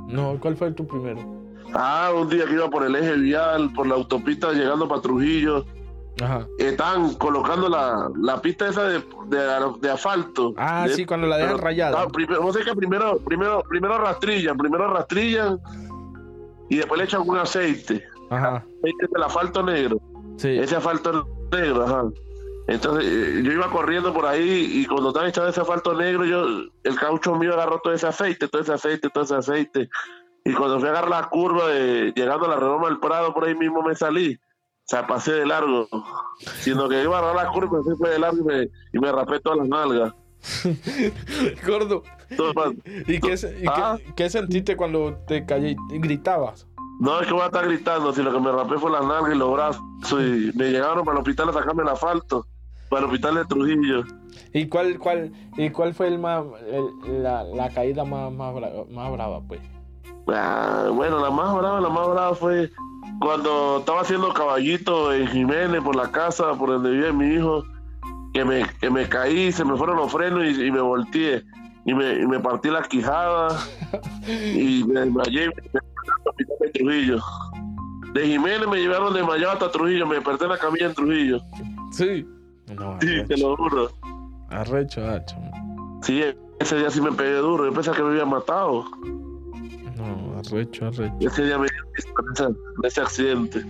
S1: No, ¿cuál fue tu primero?
S2: Ah, un día que iba por el eje vial, por la autopista, llegando para Trujillo,
S1: Ajá.
S2: están colocando la, la pista esa de, de, de asfalto. Eh,
S1: Ah,
S2: De-
S1: sí, cuando la dejan
S2: pero-
S1: rayada.
S2: ah, primero, no sé qué, primero, primero, primero rastrillan, primero rastrillan y después le echan un aceite.
S1: Ajá.
S2: Aceite del asfalto negro.
S1: Sí.
S2: ah, Ese asfalto negro, ajá. Entonces eh, yo iba corriendo por ahí y cuando estaba echando ese asfalto negro, yo, el caucho mío agarró todo ese aceite, todo ese aceite, todo ese aceite. Y cuando fui a agarrar la curva, de, llegando a la redoma del Prado, por ahí mismo me salí. O sea, pasé de largo. Sino que iba a agarrar la curva, se fue de largo y me, y me rapé todas las nalgas.
S1: Gordo.
S2: Todo pa-
S1: ¿Y, qué, se- y qué-
S2: Ah.
S1: qué sentiste cuando te callé y gritabas?
S2: No es que voy a estar gritando, sino que me rapé fue las nalgas y los brazos. Y me llegaron para el hospital a sacarme el asfalto. Para el hospital de Trujillo.
S1: ¿Y cuál, cuál, y cuál fue el más, el- la, la caída más, más, bra- más brava, pues?
S2: Ah, bueno, la más brava, la más brava fue cuando estaba haciendo caballito en Jiménez por la casa, por donde vive mi hijo, que me, que me caí, se me fueron los frenos y, y me volteé. Y me, y me partí la quijada y me desmayé y me despertaron al hospital de Trujillo. De Jiménez me llevaron desmayado hasta Trujillo, me desperté en la camilla en Trujillo.
S1: Sí. No,
S2: Sí, te lo juro.
S1: arrecho, ah, hacho.
S2: Sí, ese día sí me pegué duro. Yo pensaba que me habían matado.
S1: No, arrecho, arrecho.
S2: Ese día me dio risa con esa- de ese accidente.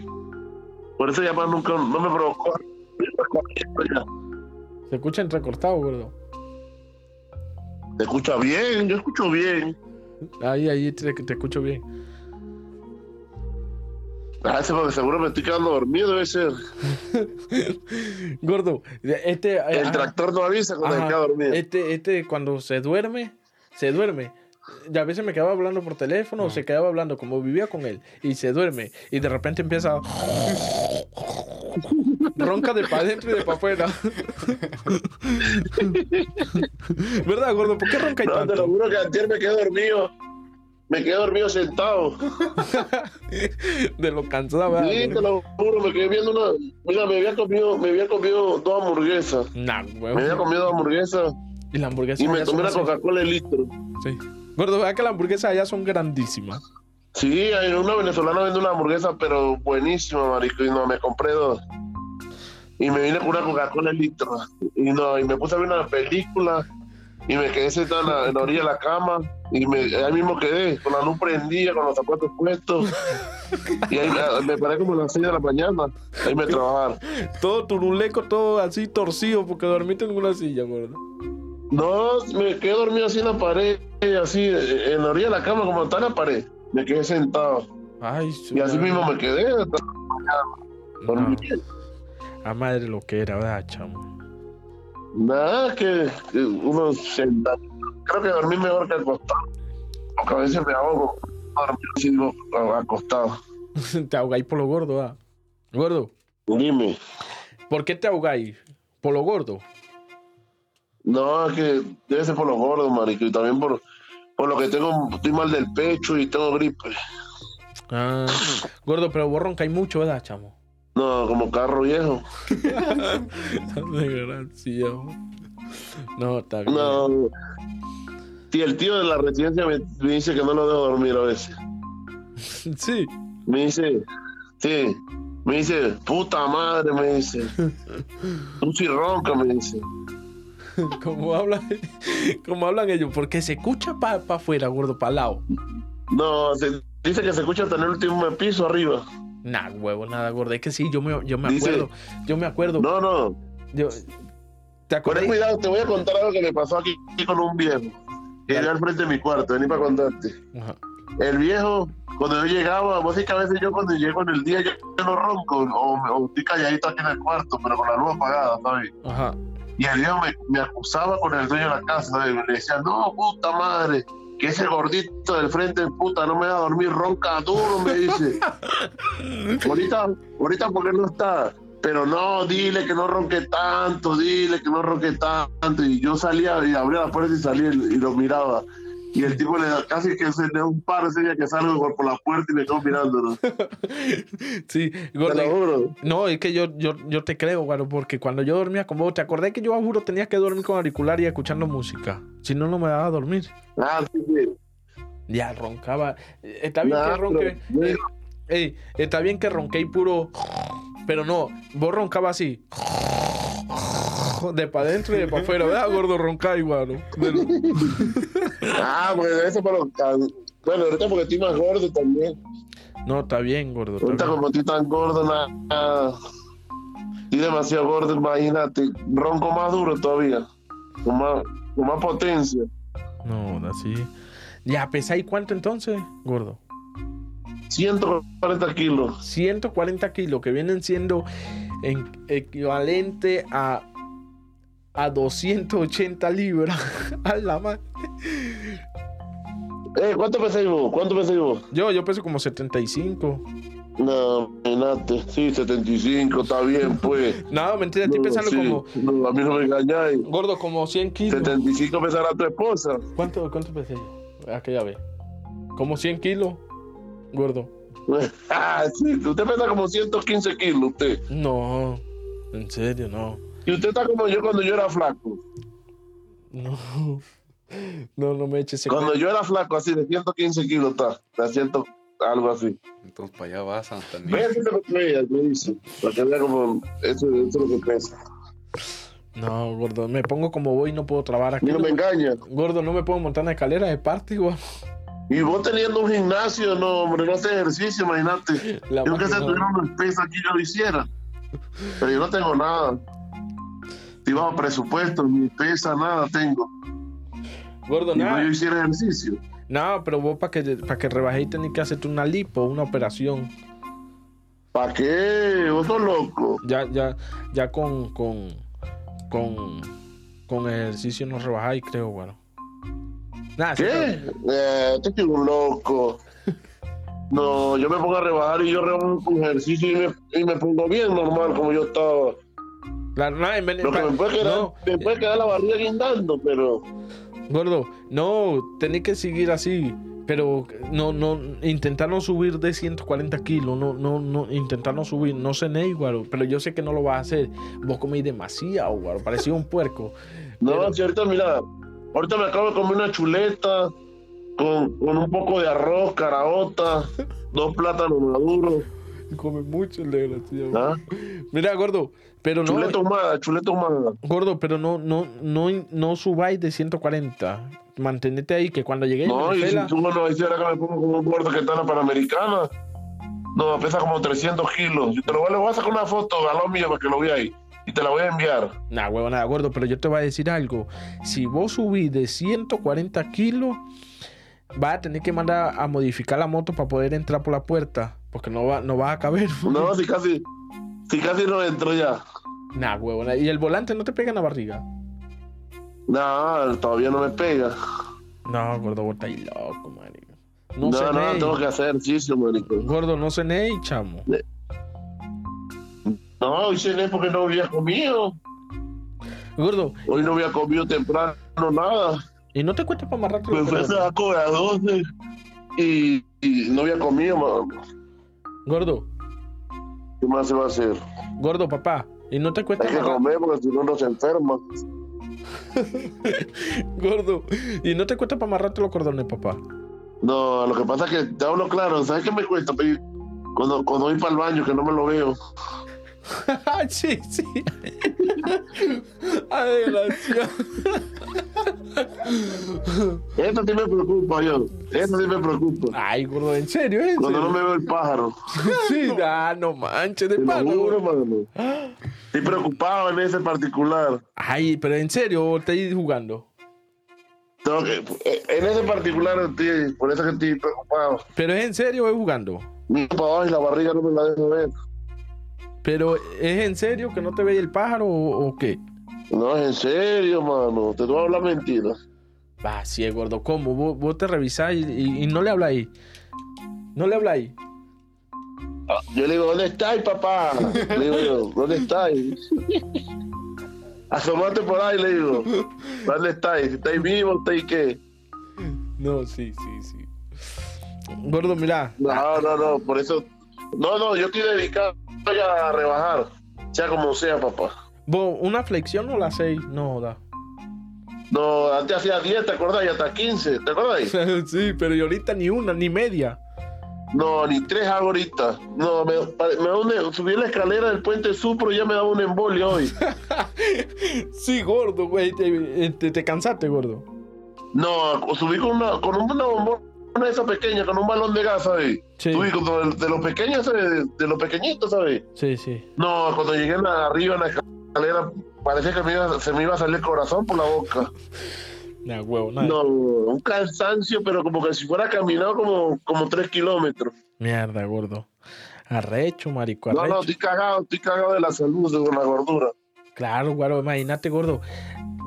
S2: Por eso ya más nunca no me provocó.
S1: Se escucha entrecortado, gordo.
S2: Te escucha bien, yo escucho bien.
S1: Ahí, ahí te, te escucho bien.
S2: A veces Ah, porque seguro me estoy quedando dormido, debe ser.
S1: Gordo, este... eh,
S2: El
S1: ajá,
S2: tractor no avisa cuando
S1: ajá.
S2: me queda dormido.
S1: Este, este cuando se duerme, se duerme. Y a veces me quedaba hablando por teléfono o Ah. se quedaba hablando como vivía con él y se duerme y de repente empieza a- ronca de para adentro y de para afuera. ¿Verdad, gordo? ¿Por qué ronca y
S2: No, te lo
S1: tanto?
S2: juro que ayer me quedé dormido. Me quedé dormido sentado.
S1: De lo cansado, ¿verdad,
S2: Sí, te
S1: gordo?
S2: lo juro, me quedé viendo una. Mira, me había comido, me había comido dos hamburguesas.
S1: Nah,
S2: Me había
S1: huevo.
S2: comido dos hamburguesas
S1: Y la hamburguesa
S2: y me
S1: allá
S2: tomé
S1: son
S2: una
S1: así.
S2: Coca-Cola de litro.
S1: Sí. Gordo, ¿verdad que las hamburguesas allá son grandísimas?
S2: Sí, hay una venezolana vende una hamburguesa, pero buenísima, marico. Y no, me compré dos. Y me vine con una Coca-Cola en litro. Y no, y me puse a ver una película. Y me quedé sentado en la, en la orilla de la cama. Y me, ahí mismo quedé, con la luz prendida, con los zapatos puestos. Y ahí me, me paré como a las 6 de la mañana. Ahí me trabajar.
S1: Todo turuleco, todo así torcido porque dormiste en una silla, gordo.
S2: No, me quedé dormido así en la pared, así, en la orilla de la cama, como está en la pared. Me quedé sentado.
S1: Ay,
S2: Y así
S1: su-
S2: mismo me quedé. hasta dormí
S1: No. A madre lo que era, ¿verdad, chamo?
S2: Nada, que, que uno se Creo que dormí mejor que acostado. Porque a veces me ahogo. Dormir así digo, a- acostado.
S1: te ahogáis por lo gordo, ¿ah? Gordo,
S2: Dime.
S1: ¿por qué te ahogáis? ¿Por lo gordo?
S2: No, es que debe ser por los gordos, marico. Y también por, por lo que tengo. Estoy mal del pecho y tengo gripe.
S1: Ah, gordo, pero vos roncáis mucho, ¿verdad, chamo?
S2: No, como carro viejo.
S1: Desgraciado. No, está bien.
S2: No. Sí, el tío de la residencia me, me dice que no lo dejo dormir a veces.
S1: Sí.
S2: Me dice, sí. Me dice, puta madre, me dice. Tú sí ronca, me dice.
S1: Como hablan, como hablan ellos, porque se escucha para pa afuera, gordo, para lado.
S2: No, se dice que se escucha hasta en el último piso arriba.
S1: Nah, huevo, nada, gordo. Es que sí, yo me, yo me
S2: Dice-
S1: acuerdo. Yo me acuerdo.
S2: No, no.
S1: Yo- ¿Te
S2: Pero
S1: acuerdas?
S2: cuidado, te voy a contar algo que me pasó aquí con un viejo. Llegué
S1: Dale.
S2: al frente de mi cuarto, vení para contarte.
S1: Ajá.
S2: El viejo, cuando yo llegaba, vos sí que a veces yo cuando llego en el día yo, yo no ronco, o, o estoy calladito aquí en el cuarto, pero con la luz apagada, ¿sabes?
S1: Ajá.
S2: Y el viejo me, me acusaba con el dueño de la casa, ¿sabes? Le decía, no, puta madre, que ese gordito del frente, puta, no me deja dormir, ronca duro, me dice. ahorita, ahorita porque no está. Pero no, dile que no ronque tanto, dile que no ronque tanto. Y yo salía y abría la puerta y salía y lo miraba. Y el tipo le da casi que se de un par ese día que salgo por la puerta y me quedo mirándolo. Te
S1: Sí,
S2: lo
S1: gordo.
S2: juro.
S1: No, es que yo, yo, yo te creo, guaro, porque cuando yo dormía con vos, te acordé que yo, a juro, tenía que dormir con auricular y escuchando música. Si no, no me daba a dormir.
S2: Ah, sí, sí.
S1: Ya, roncaba. Eh, Está bien
S2: Nah,
S1: que ronque.
S2: pero-
S1: eh, ey, está bien que ronqué y puro. Pero no, vos roncaba así. De para adentro y de para afuera, ¿verdad, gordo? Roncá igual.
S2: Ah, pues eso para los can- Bueno, ahorita porque estoy más gordo también.
S1: No, está bien, gordo. está
S2: Ahorita
S1: bien.
S2: como estoy tan gordo, nada. nada. Estoy demasiado gordo, imagínate. Ronco más duro todavía. Con más, con más potencia.
S1: No, así. Ya, pesáis cuánto entonces, gordo.
S2: 140 kilos.
S1: 140 kilos, que vienen siendo en- equivalente a, a 280 libras. a la madre.
S2: Eh, ¿cuánto pesáis vos? ¿Cuánto pesáis vos?
S1: Yo, yo peso como 75.
S2: No, imagínate. Sí, 75, está bien, pues.
S1: No, mentira, estoy
S2: No,
S1: pensando
S2: sí,
S1: como.
S2: no, a mí no me engañáis.
S1: Gordo, como 100 kilos.
S2: 75 pesará tu esposa.
S1: ¿Cuánto, cuánto Ah, pesé yo? Aquella vez. Como 100 kilos, gordo.
S2: Ah, sí, usted pesa como 115 kilos, usted.
S1: No, en serio, no.
S2: Y usted está como yo cuando yo era flaco.
S1: No, no, no me eches ese
S2: Cuando yo era flaco, así de 115 kilos está. De 100, algo así.
S3: Entonces para allá vas, Antonio.
S2: Vea si te lo creías, me dice. Para que vea como eso, eso es lo que pesa.
S1: No, gordo, me pongo como voy y no puedo trabar
S2: A
S1: aquí.
S2: mí no me engaña.
S1: Gordo, no me puedo montar en la escalera de parte, igual.
S2: Y vos teniendo un gimnasio, no, hombre, no haces ejercicio, imagínate.
S1: La
S2: yo que
S1: máquina.
S2: se tuviera una pesa aquí, yo lo hiciera. Pero yo no tengo nada. Estoy bajo presupuesto, ni pesa, nada tengo.
S1: Gordo,
S2: Y no yo
S1: nada.
S2: hiciera ejercicio.
S1: No, pero vos para que, para que rebajéis tenés que hacerte una lipo, una operación.
S2: ¿Para qué? Vos sos loco.
S1: Ya, ya, ya con, con, con, con ejercicio no rebajáis, creo, bueno. Nada, sí,
S2: ¿Qué? Eh, te un loco. No, yo me pongo a rebajar y yo rebajo con ejercicio y me, y me pongo bien normal como yo estaba.
S1: Claro, no, en vez-
S2: Lo que me puede quedar,
S1: no, eh,
S2: me puede quedar la barriga guindando, pero
S1: gordo, no, tenés que seguir así, pero no, no, intentar no subir de 140 kilos, no, no, no, intentar no subir, no cené, guaro, pero yo sé que no lo vas a hacer, vos comís demasiado, guaro, parecía un puerco,
S2: no,
S1: Pero-
S2: si ahorita mira, ahorita me acabo de comer una chuleta con, con un poco de arroz, caraota, dos plátanos maduros,
S1: come mucho el desgraciado.
S2: ¿ah?
S1: Mira, gordo, pero no,
S2: chuleta ahumada, chuleta ahumada.
S1: gordo, pero no, no, no, no subáis de 140, mantenete ahí, que cuando lleguéis a
S2: No, y
S1: Venezuela-
S2: si tú no dices ahora que me pongo como un gordo que está en la Panamericana, no, pesa como 300 kilos. Yo te lo voy, le voy a sacar una foto a lo mío para que lo vea ahí y te la voy a enviar.
S1: Nah, huevo, nada, gordo, pero yo te voy a decir algo. Si vos subís de 140 kilos, vas a tener que mandar a modificar la moto para poder entrar por la puerta. Porque no, va, no vas a caber.
S2: No, si casi, si casi no entro ya.
S1: Nah, huevo, nada. Y el volante no te pega en la barriga.
S2: No, todavía no me pega.
S1: No, gordo, vos estáis loco, marico. No,
S2: No,
S1: se
S2: no,
S1: cenéis.
S2: tengo que hacer ejercicio, marico.
S1: Gordo, no cenéis, chamo.
S2: No, hoy cené porque no había comido.
S1: Gordo,
S2: Hoy no había comido temprano nada.
S1: ¿y no te cuesta para amarrarte
S2: Me
S1: los
S2: fui a
S1: frenos?
S2: trabajar como a las 12 y, y no había comido. ma-
S1: Gordo,
S2: ¿Qué más se va a hacer?
S1: gordo, papá. ¿Y no te cuesta
S2: Hay que
S1: amarrar-
S2: comer porque si no, no se enferma.
S1: Gordo, ¿y no te cuesta para amarrarte los cordones, papá?
S2: No, lo que pasa es que te hablo claro, ¿sabes qué me cuesta pedir? Cuando, cuando voy para el baño, que no me lo veo.
S1: sí, sí. Ay, desgraciado.
S2: Eso sí me preocupa, yo. Eso sí me preocupa.
S1: Ay, gordo, en serio, ¿En
S2: Cuando no
S1: serio?
S2: me veo el pájaro.
S1: Sí, ah, no manches de
S2: Te lo
S1: palo.
S2: juro,
S1: gordo.
S2: mano. Estoy preocupado en ese particular.
S1: Ay, pero en serio, estáis jugando.
S2: Tengo que- eh, en ese particular, estoy- por eso que estoy preocupado.
S1: Pero es en serio, o es jugando.
S2: Miro para abajo y la barriga no me la dejo ver.
S1: Pero es en serio que no te veía el pájaro o, o qué?
S2: No, es en serio, mano. Te voy a hablar mentiras.
S1: Va, sí, es gordo, ¿cómo? Vos, vos te revisás y, y- y no le habláis. No le habláis.
S2: Yo le digo, ¿dónde estáis, papá? Le digo yo, ¿dónde estáis? Asomate por ahí, le digo. ¿Dónde estáis? ¿Estáis vivos? ¿Estáis qué?
S1: No, sí, sí, sí. Gordo, mirá.
S2: No, no, no, por eso. No, no, yo estoy dedicado ya a rebajar, sea como sea, papá.
S1: Vos, una flexión o la 6, no joda.
S2: No, antes hacía 10, ¿te acordás? Y hasta 15, ¿te acordás?
S1: sí, pero yo ahorita ni una, ni media.
S2: No, ni tres hago ahorita. No, me, me da un- subí la escalera del puente Supro y ya me daba un embolio hoy.
S1: Sí, gordo, güey. Te, eh, te- te cansaste, gordo.
S2: No, subí con una, con una bombona de esa pequeña, con un balón de gas, ¿sabes?
S1: Sí.
S2: Subí con de, de los pequeños, ¿sabes? De, de los pequeñitos, ¿sabes?
S1: Sí, sí.
S2: No, cuando llegué en la- arriba en la escalera, parecía que me iba- se me iba a salir el corazón por la boca.
S1: Nah, huevo, nada.
S2: No, un cansancio, pero como que si fuera caminado como, como tres kilómetros.
S1: Mierda, gordo. Arrecho, marico,
S2: No,
S1: arrecho.
S2: no, estoy cagado, estoy cagado de la salud, de la gordura.
S1: Claro, gordo, imagínate, gordo.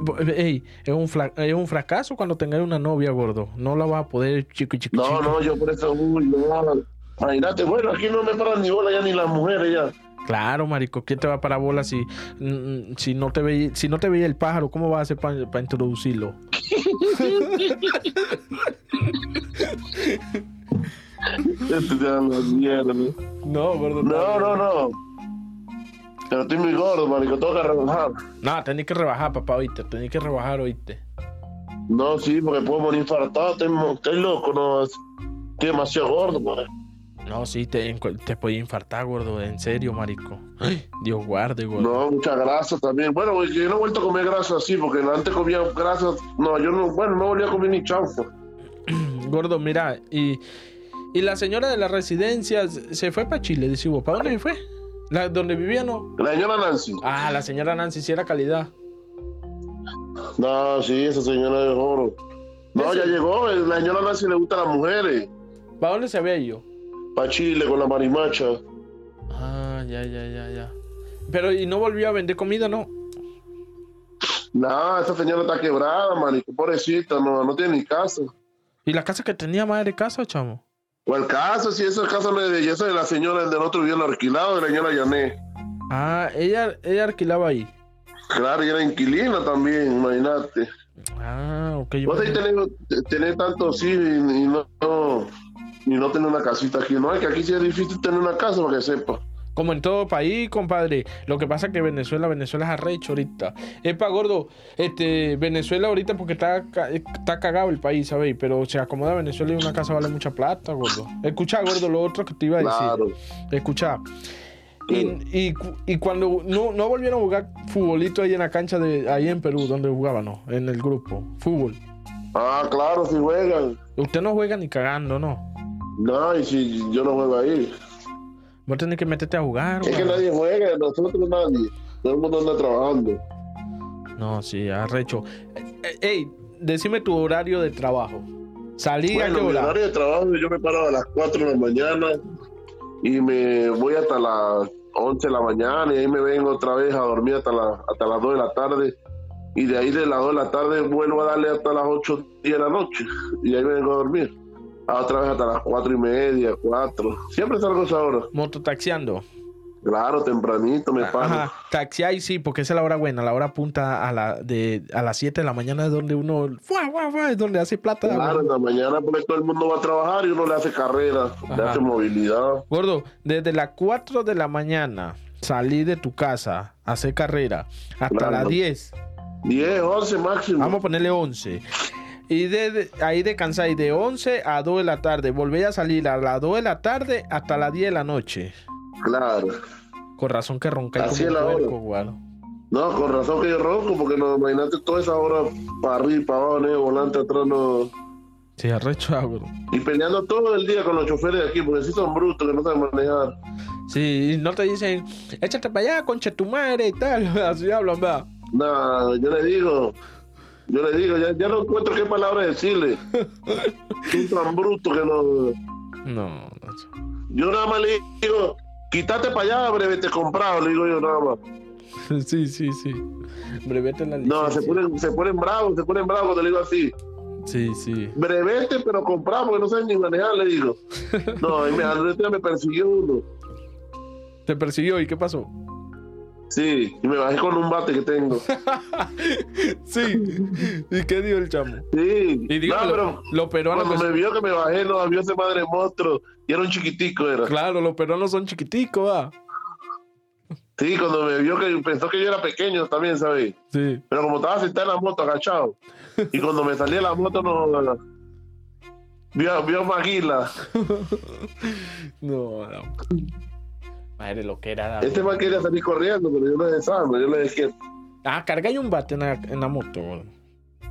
S1: Bo- Ey, es un, fla- es un fracaso cuando tengas una novia, gordo. No la vas a poder, chico, chico,
S2: No,
S1: chico.
S2: no, yo por eso, uy, no. Imagínate, bueno, aquí no me paran ni bola ya ni las mujeres ya.
S1: Claro, marico, ¿quién te va a parar bola si, mm, si, no te veía, si no te veía el pájaro? ¿Cómo vas a hacer para introducirlo?
S2: Este te da la mierda.
S1: No, gordo.
S2: No, no, no. Pero estoy muy gordo, marico, tengo que rebajar.
S1: No, tenés que rebajar, papá, oíste. Tenés que rebajar, oíste.
S2: No, sí, porque puedo morir infartado, estoy, mo- estoy loco, no. Estoy demasiado gordo, pues. marico.
S1: No, sí, te, te podía infartar, gordo. En serio, marico.
S2: ¿Eh?
S1: Ay, Dios guarde, gordo.
S2: No, mucha grasa también. Bueno, güey, yo no he vuelto a comer grasa así, porque antes comía grasa. No, yo no, bueno, no volví a comer ni pues. chanfo.
S1: Gordo, mira, y, y la señora de la residencia se se fue para Chile, dice ¿Para dónde se fue? La, donde vivía, no.
S2: La señora Nancy.
S1: Ah, la señora Nancy, si era calidad.
S2: No, sí, esa señora de oro. No, ya llegó. eh, La señora Nancy le gustan las mujeres.
S1: ¿Para dónde se había ido?
S2: Pa' Chile con la marimacha.
S1: Ah, ya, ya, ya, ya. Pero, ¿y no volvió a vender comida, no?
S2: No, esa señora está quebrada, marico. Pobrecita, no, no tiene ni casa.
S1: ¿Y la casa que tenía madre de casa, chamo?
S2: O el caso, si esa casa no es de esa es de la señora, el del otro vio el alquilado, de la señora Yané.
S1: Ah, ella, ella alquilaba ahí.
S2: Claro, y era inquilina también, imagínate.
S1: Ah, ok. yo
S2: Vos ahí
S1: pensé-
S2: tenés, tenés tantos hijos y, y no, no- y no tener una casita aquí. No, es que aquí sí es difícil tener una casa para que sepa.
S1: Como en todo país, compadre. Lo que pasa es que Venezuela, Venezuela es arrecho ahorita. Epa, gordo, este, Venezuela ahorita porque está, ca- está cagado el país, ¿sabéis? Pero se acomoda Venezuela y una casa vale mucha plata, gordo. Escucha, gordo, lo otro que te iba a decir.
S2: Claro.
S1: Escucha. Y,
S2: Sí.
S1: y cu- y cuando no, no volvieron a jugar futbolito ahí en la cancha de ahí en Perú, donde jugaban, ¿no? En el grupo. Fútbol.
S2: Ah, claro, si juegan.
S1: Usted no juega ni cagando, ¿no?
S2: No, y si yo no juego ahí.
S1: Vos tenés que meterte a jugar,
S2: Es que
S1: weón.
S2: nadie juega, nosotros nadie. Todo el mundo anda trabajando.
S1: No, sí, arrecho. Eh, eh, Ey, decime tu horario de trabajo. Salí a qué
S2: Bueno, mi
S1: hora.
S2: horario de trabajo, yo me paro a las 4 de la mañana y me voy hasta las 11 de la mañana y ahí me vengo otra vez a dormir hasta, la- hasta las 2 de la tarde. Y de ahí de las 2 de la tarde vuelvo a darle hasta las 8, 10 de la noche y ahí me vengo a dormir. Ah, Otra vez hasta las 4 y media, 4. Siempre salgo a esa hora.
S1: Mototaxiando.
S2: Claro, tempranito me paro.
S1: Ajá, taxiáis sí, porque esa es la hora buena, la hora punta a, la, de, a las 7 de la mañana es donde uno, ¡fua, fua, fua! es donde hace plata.
S2: Claro,
S1: güey.
S2: en la mañana porque todo el mundo va a trabajar y uno le hace carrera, le
S1: Ajá.
S2: hace movilidad.
S1: Gordo, desde las 4 de la mañana salí de tu casa, a hacer carrera, hasta
S2: Claro.
S1: las 10,
S2: 10, 11 máximo.
S1: vamos a ponerle 11. Y desde ahí descansáis de 11 a 2 de la tarde, volvéis a salir a las 2 de la tarde hasta las 10 de la noche.
S2: Claro.
S1: Con razón que roncáis
S2: Así
S1: como un
S2: es la hora.
S1: puerco, guaro.
S2: No, con razón que yo ronco, porque no, imagínate toda esa hora para arriba, para abajo, ¿no? volante atrás, no.
S1: Sí, arrecho, ah, gordo.
S2: Y peleando todo el día con los choferes de aquí, porque sí son brutos que no saben manejar.
S1: Sí, y no te dicen, échate para allá, concha tu madre y tal. Así hablan, va.
S2: Nada, yo le digo, yo le digo, ya, ya no encuentro qué palabra decirle. Son tan brutos que no.
S1: No, no.
S2: Yo nada más le digo, quítate para allá, breve, te comprado, le digo yo nada más.
S1: Sí, sí, sí. Brevete la licencia.
S2: No, se ponen, se ponen bravos, se ponen bravos cuando le digo así.
S1: Sí, sí.
S2: Brevete, pero comprado, porque no saben ni manejar, le digo. No, y me, al otro día me persiguió uno.
S1: ¿Te persiguió y qué pasó?
S2: Sí, y me bajé con un bate que tengo.
S1: Sí. ¿Y qué dijo el chamo?
S2: Sí.
S1: Y dígame,
S2: no,
S1: lo-
S2: pero
S1: los peruanos.
S2: cuando
S1: que-
S2: me vio que me bajé, no, vio ese madre monstruo. Y era un chiquitico, era.
S1: Claro, los peruanos son chiquiticos, ah.
S2: Sí, cuando me vio que pensó que yo era pequeño también, ¿sabes?
S1: Sí.
S2: Pero como estaba sentado en la moto, agachado. Y cuando me salí de la moto, no. no, no. Vio, vio más águila.
S1: No, no. Madre, lo que era.
S2: Este man quería salir corriendo, pero yo le desarmo, yo le dije
S1: Ah, carga y un bate en la, en la moto, weón.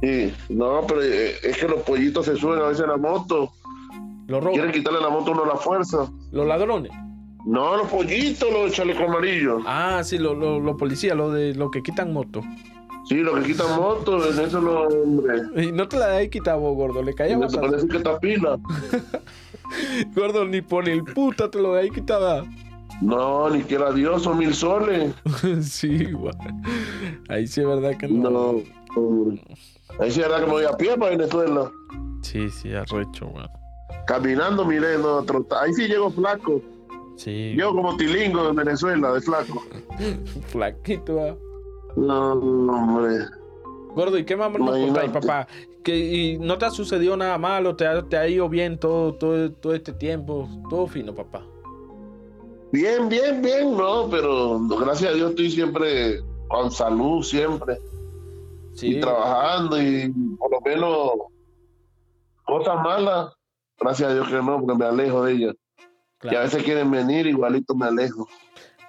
S2: Sí, no, pero eh, es que los pollitos se suben a veces a la moto.
S1: Los
S2: Quieren
S1: robos,
S2: quitarle a la moto a uno la fuerza.
S1: los ladrones.
S2: No, los pollitos, los chalecos amarillos.
S1: Ah, sí, los lo, los policías, los de los que quitan moto.
S2: Sí, los que quitan motos, eso es lo hombre.
S1: Y no te la dejes quitar vos, gordo. Le caía
S2: No te
S1: batazo.
S2: parece que está pila.
S1: Gordo, ni por el puta te lo dejes quitar.
S2: No, ni que era Dios, son mil soles.
S1: sí, güey. Ahí sí es verdad que no.
S2: No, hombre. Ahí sí es verdad que me voy a pie para Venezuela.
S1: Sí, sí, arrecho, güey.
S2: Caminando, miré, no, trota- Ahí sí llego flaco.
S1: Sí,
S2: Llego como tilingo de Venezuela, de flaco.
S1: flaquito, ah.
S2: No, hombre.
S1: Gordo, ¿y qué más nos
S2: Imagínate.
S1: contáis, papá? ¿Que, y ¿No te ha sucedido nada malo? ¿Te ha, te ha ido bien todo, todo, todo este tiempo? Todo fino, papá.
S2: Bien, bien, bien, no, pero gracias a Dios estoy siempre con salud, siempre.
S1: Sí,
S2: y trabajando y por lo menos cosas malas, gracias a Dios que no, porque me alejo de ellas. Y a
S1: claro.
S2: veces quieren venir, igualito me alejo.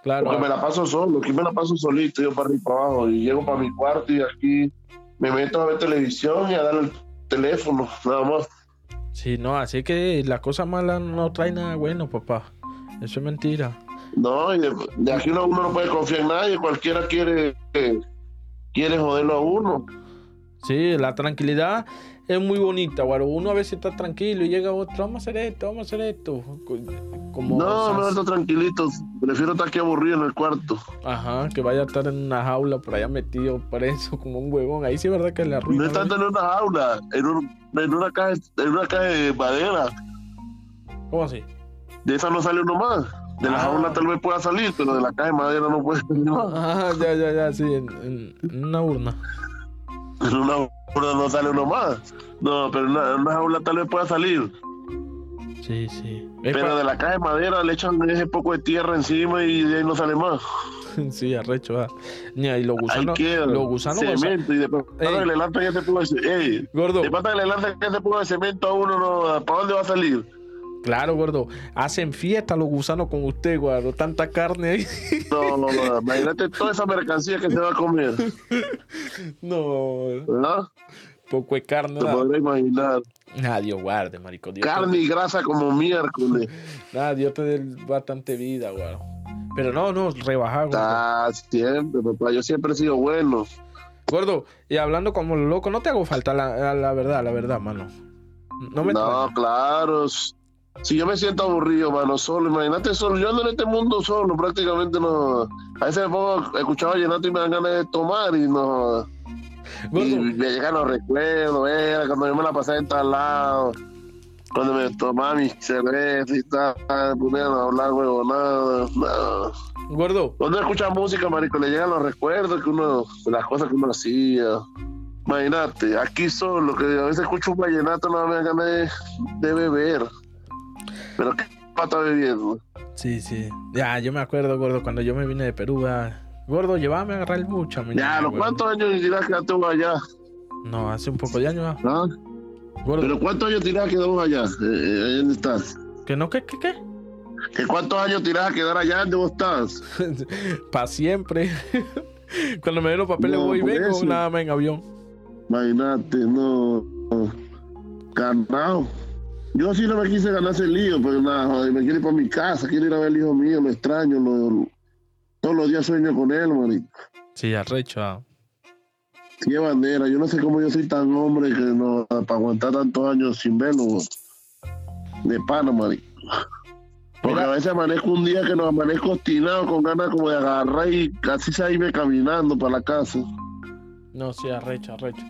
S1: claro.
S2: Porque me la paso solo, aquí me la paso solito, yo para arriba y para abajo, y llego para mi cuarto y aquí me meto a ver televisión y a dar el teléfono, nada más.
S1: Sí, no, así que las cosas malas no traen nada bueno, papá. Eso es mentira.
S2: No, y de, de aquí uno, uno no puede confiar en nadie, cualquiera quiere, eh, quiere joderlo a uno.
S1: Sí, la tranquilidad es muy bonita, güey. Uno a veces está tranquilo y llega otro, vamos a hacer esto, vamos a hacer esto. Co- Como,
S2: No, no,
S1: esas-
S2: está tranquilito, prefiero estar aquí aburrido en el cuarto.
S1: Ajá, que vaya a estar en una jaula por allá metido, preso, como un huevón. Ahí sí es verdad que le
S2: No
S1: arruina.
S2: es
S1: la
S2: tanto en una jaula, en, un- en una caja, en una caja de madera.
S1: vida. ¿Cómo así?
S2: De esa no sale uno más. De la
S1: Ah.
S2: jaula tal vez pueda salir, pero de la caja de madera no puede salir más.
S1: Ah, ya, ya, ya, sí, en, en- en una urna.
S2: En una jaula no sale uno más. No, pero en una, en una jaula tal vez pueda salir.
S1: Sí, sí. Es
S2: Pero de la caja de madera le echan ese poco de tierra encima y de ahí no sale más.
S1: pa- Sí, arrecho, ah. Mira, y los
S2: Ahí
S1: gusanos,
S2: queda.
S1: los gusanos, goza-
S2: cemento. Y después
S1: Ey.
S2: que le lanzan ese poco de cemento.
S1: Gordo.
S2: Después que le lanzan ese poco de cemento a uno, no, ¿para dónde va a salir?
S1: Claro, gordo. Hacen fiesta los gusanos con usted, gordo. Tanta carne ahí.
S2: No, no, no. Imagínate toda esa mercancía que se va a comer.
S1: No,
S2: ¿Verdad?
S1: poco de carne.
S2: Te
S1: nada.
S2: podrás imaginar.
S1: Nah, Dios guarde, marico. Dios
S2: Carne y grasa como miércoles.
S1: Te, nah, Dios te dé bastante vida, gordo. Pero no, no, rebajar, gordo.
S2: Está siempre, papá. Yo siempre he sido bueno.
S1: Gordo, y hablando como loco, no te hago falta la, la verdad, la verdad, mano. No me
S2: No,
S1: extraña.
S2: claro. Si yo me siento aburrido, mano, solo, imagínate solo, yo ando en este mundo solo, prácticamente no. A veces me pongo a escuchar vallenato y me dan ganas de tomar y no. Y
S1: Gordo,
S2: me llegan los recuerdos, era cuando yo me la pasaba en tal lado, cuando me tomaba mis cervezas y tal, me ponían a hablar huevonadas. No.
S1: gordo.
S2: Cuando uno escucha música, marico, le llegan los recuerdos que uno, de las cosas que uno hacía. Imagínate, aquí solo, que a veces escucho un vallenato, no me dan ganas de, de beber. Pero qué pata bebiendo.
S1: Sí, sí. Ya, yo me acuerdo, gordo, cuando yo me vine de Perú, ah, Gordo, llevame a agarrar el bucha, mi
S2: Ya,
S1: niño,
S2: ¿a los
S1: gordo.
S2: cuántos años dirás que ya te vas allá?
S1: No, hace un poco de años, ah.
S2: ¿Ah?
S1: Gordo,
S2: ¿Pero cuántos años tirás que vos allá? Eh, eh, ahí ¿Dónde estás?
S1: ¿que no, que, que, qué?
S2: ¿Que ¿Cuántos años tirás a quedar allá donde vos estás?
S1: Pa' siempre. cuando me den los papeles
S2: No,
S1: voy y
S2: por
S1: vengo,
S2: eso.
S1: nada más en avión.
S2: Imagínate, no. no. Carnao. Yo sí no me quise ganar ese lío, pero nada, joder, me quiero ir para mi casa, quiero ir a ver al hijo mío, lo extraño, lo- todos los días sueño con él, marico.
S1: Sí, arrecho, ah.
S2: Qué bandera, yo no sé cómo yo soy tan hombre que no, para aguantar tantos años sin verlo, bo. de pana, marico. Porque
S1: Mira.
S2: a veces amanezco un día que nos amanezco obstinado con ganas como de agarrar y casi salirme caminando para la casa,
S1: No, sí, arrecho, arrecho.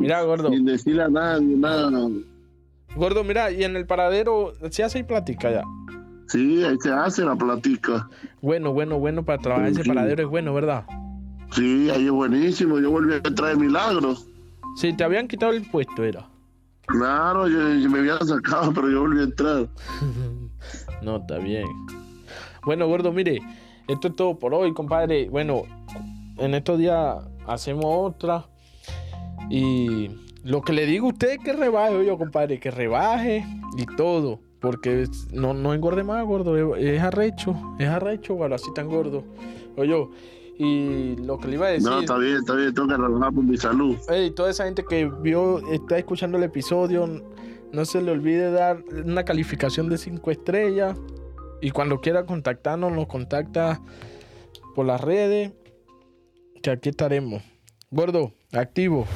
S1: Mira, gordo.
S2: sin decirle a nadie, nada.
S1: Gordo, mira, y en el paradero, si hace plática ya.
S2: Sí, ahí se hace la platica.
S1: Bueno, bueno, bueno, para trabajar ese
S2: Sí.
S1: paradero es bueno, ¿verdad?
S2: Sí, ahí es buenísimo. Yo volví a entrar de milagro.
S1: Sí, te habían quitado el puesto, era.
S2: Claro, yo, yo me habían sacado, pero yo volví a entrar.
S1: No, está bien. Bueno, gordo, mire, esto es todo por hoy, compadre. Bueno, en estos días hacemos otra. Y lo que le digo a usted es que rebaje, oye, compadre, que rebaje y todo. Porque es- no, no engorde más, gordo. Es, es arrecho, es arrecho, gordo, así tan gordo. Oye, y lo que le iba a decir.
S2: No, está bien, está bien. Tengo que trabajar por mi salud.
S1: Ey, toda esa gente que vio, está escuchando el episodio, no se le olvide dar una calificación de 5 estrellas. Y cuando quiera contactarnos, nos contacta por las redes. Que aquí estaremos. Gordo, activo.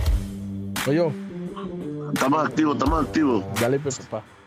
S1: Oye,
S2: Estamos activos, estamos activos.
S1: dale, pues, papá.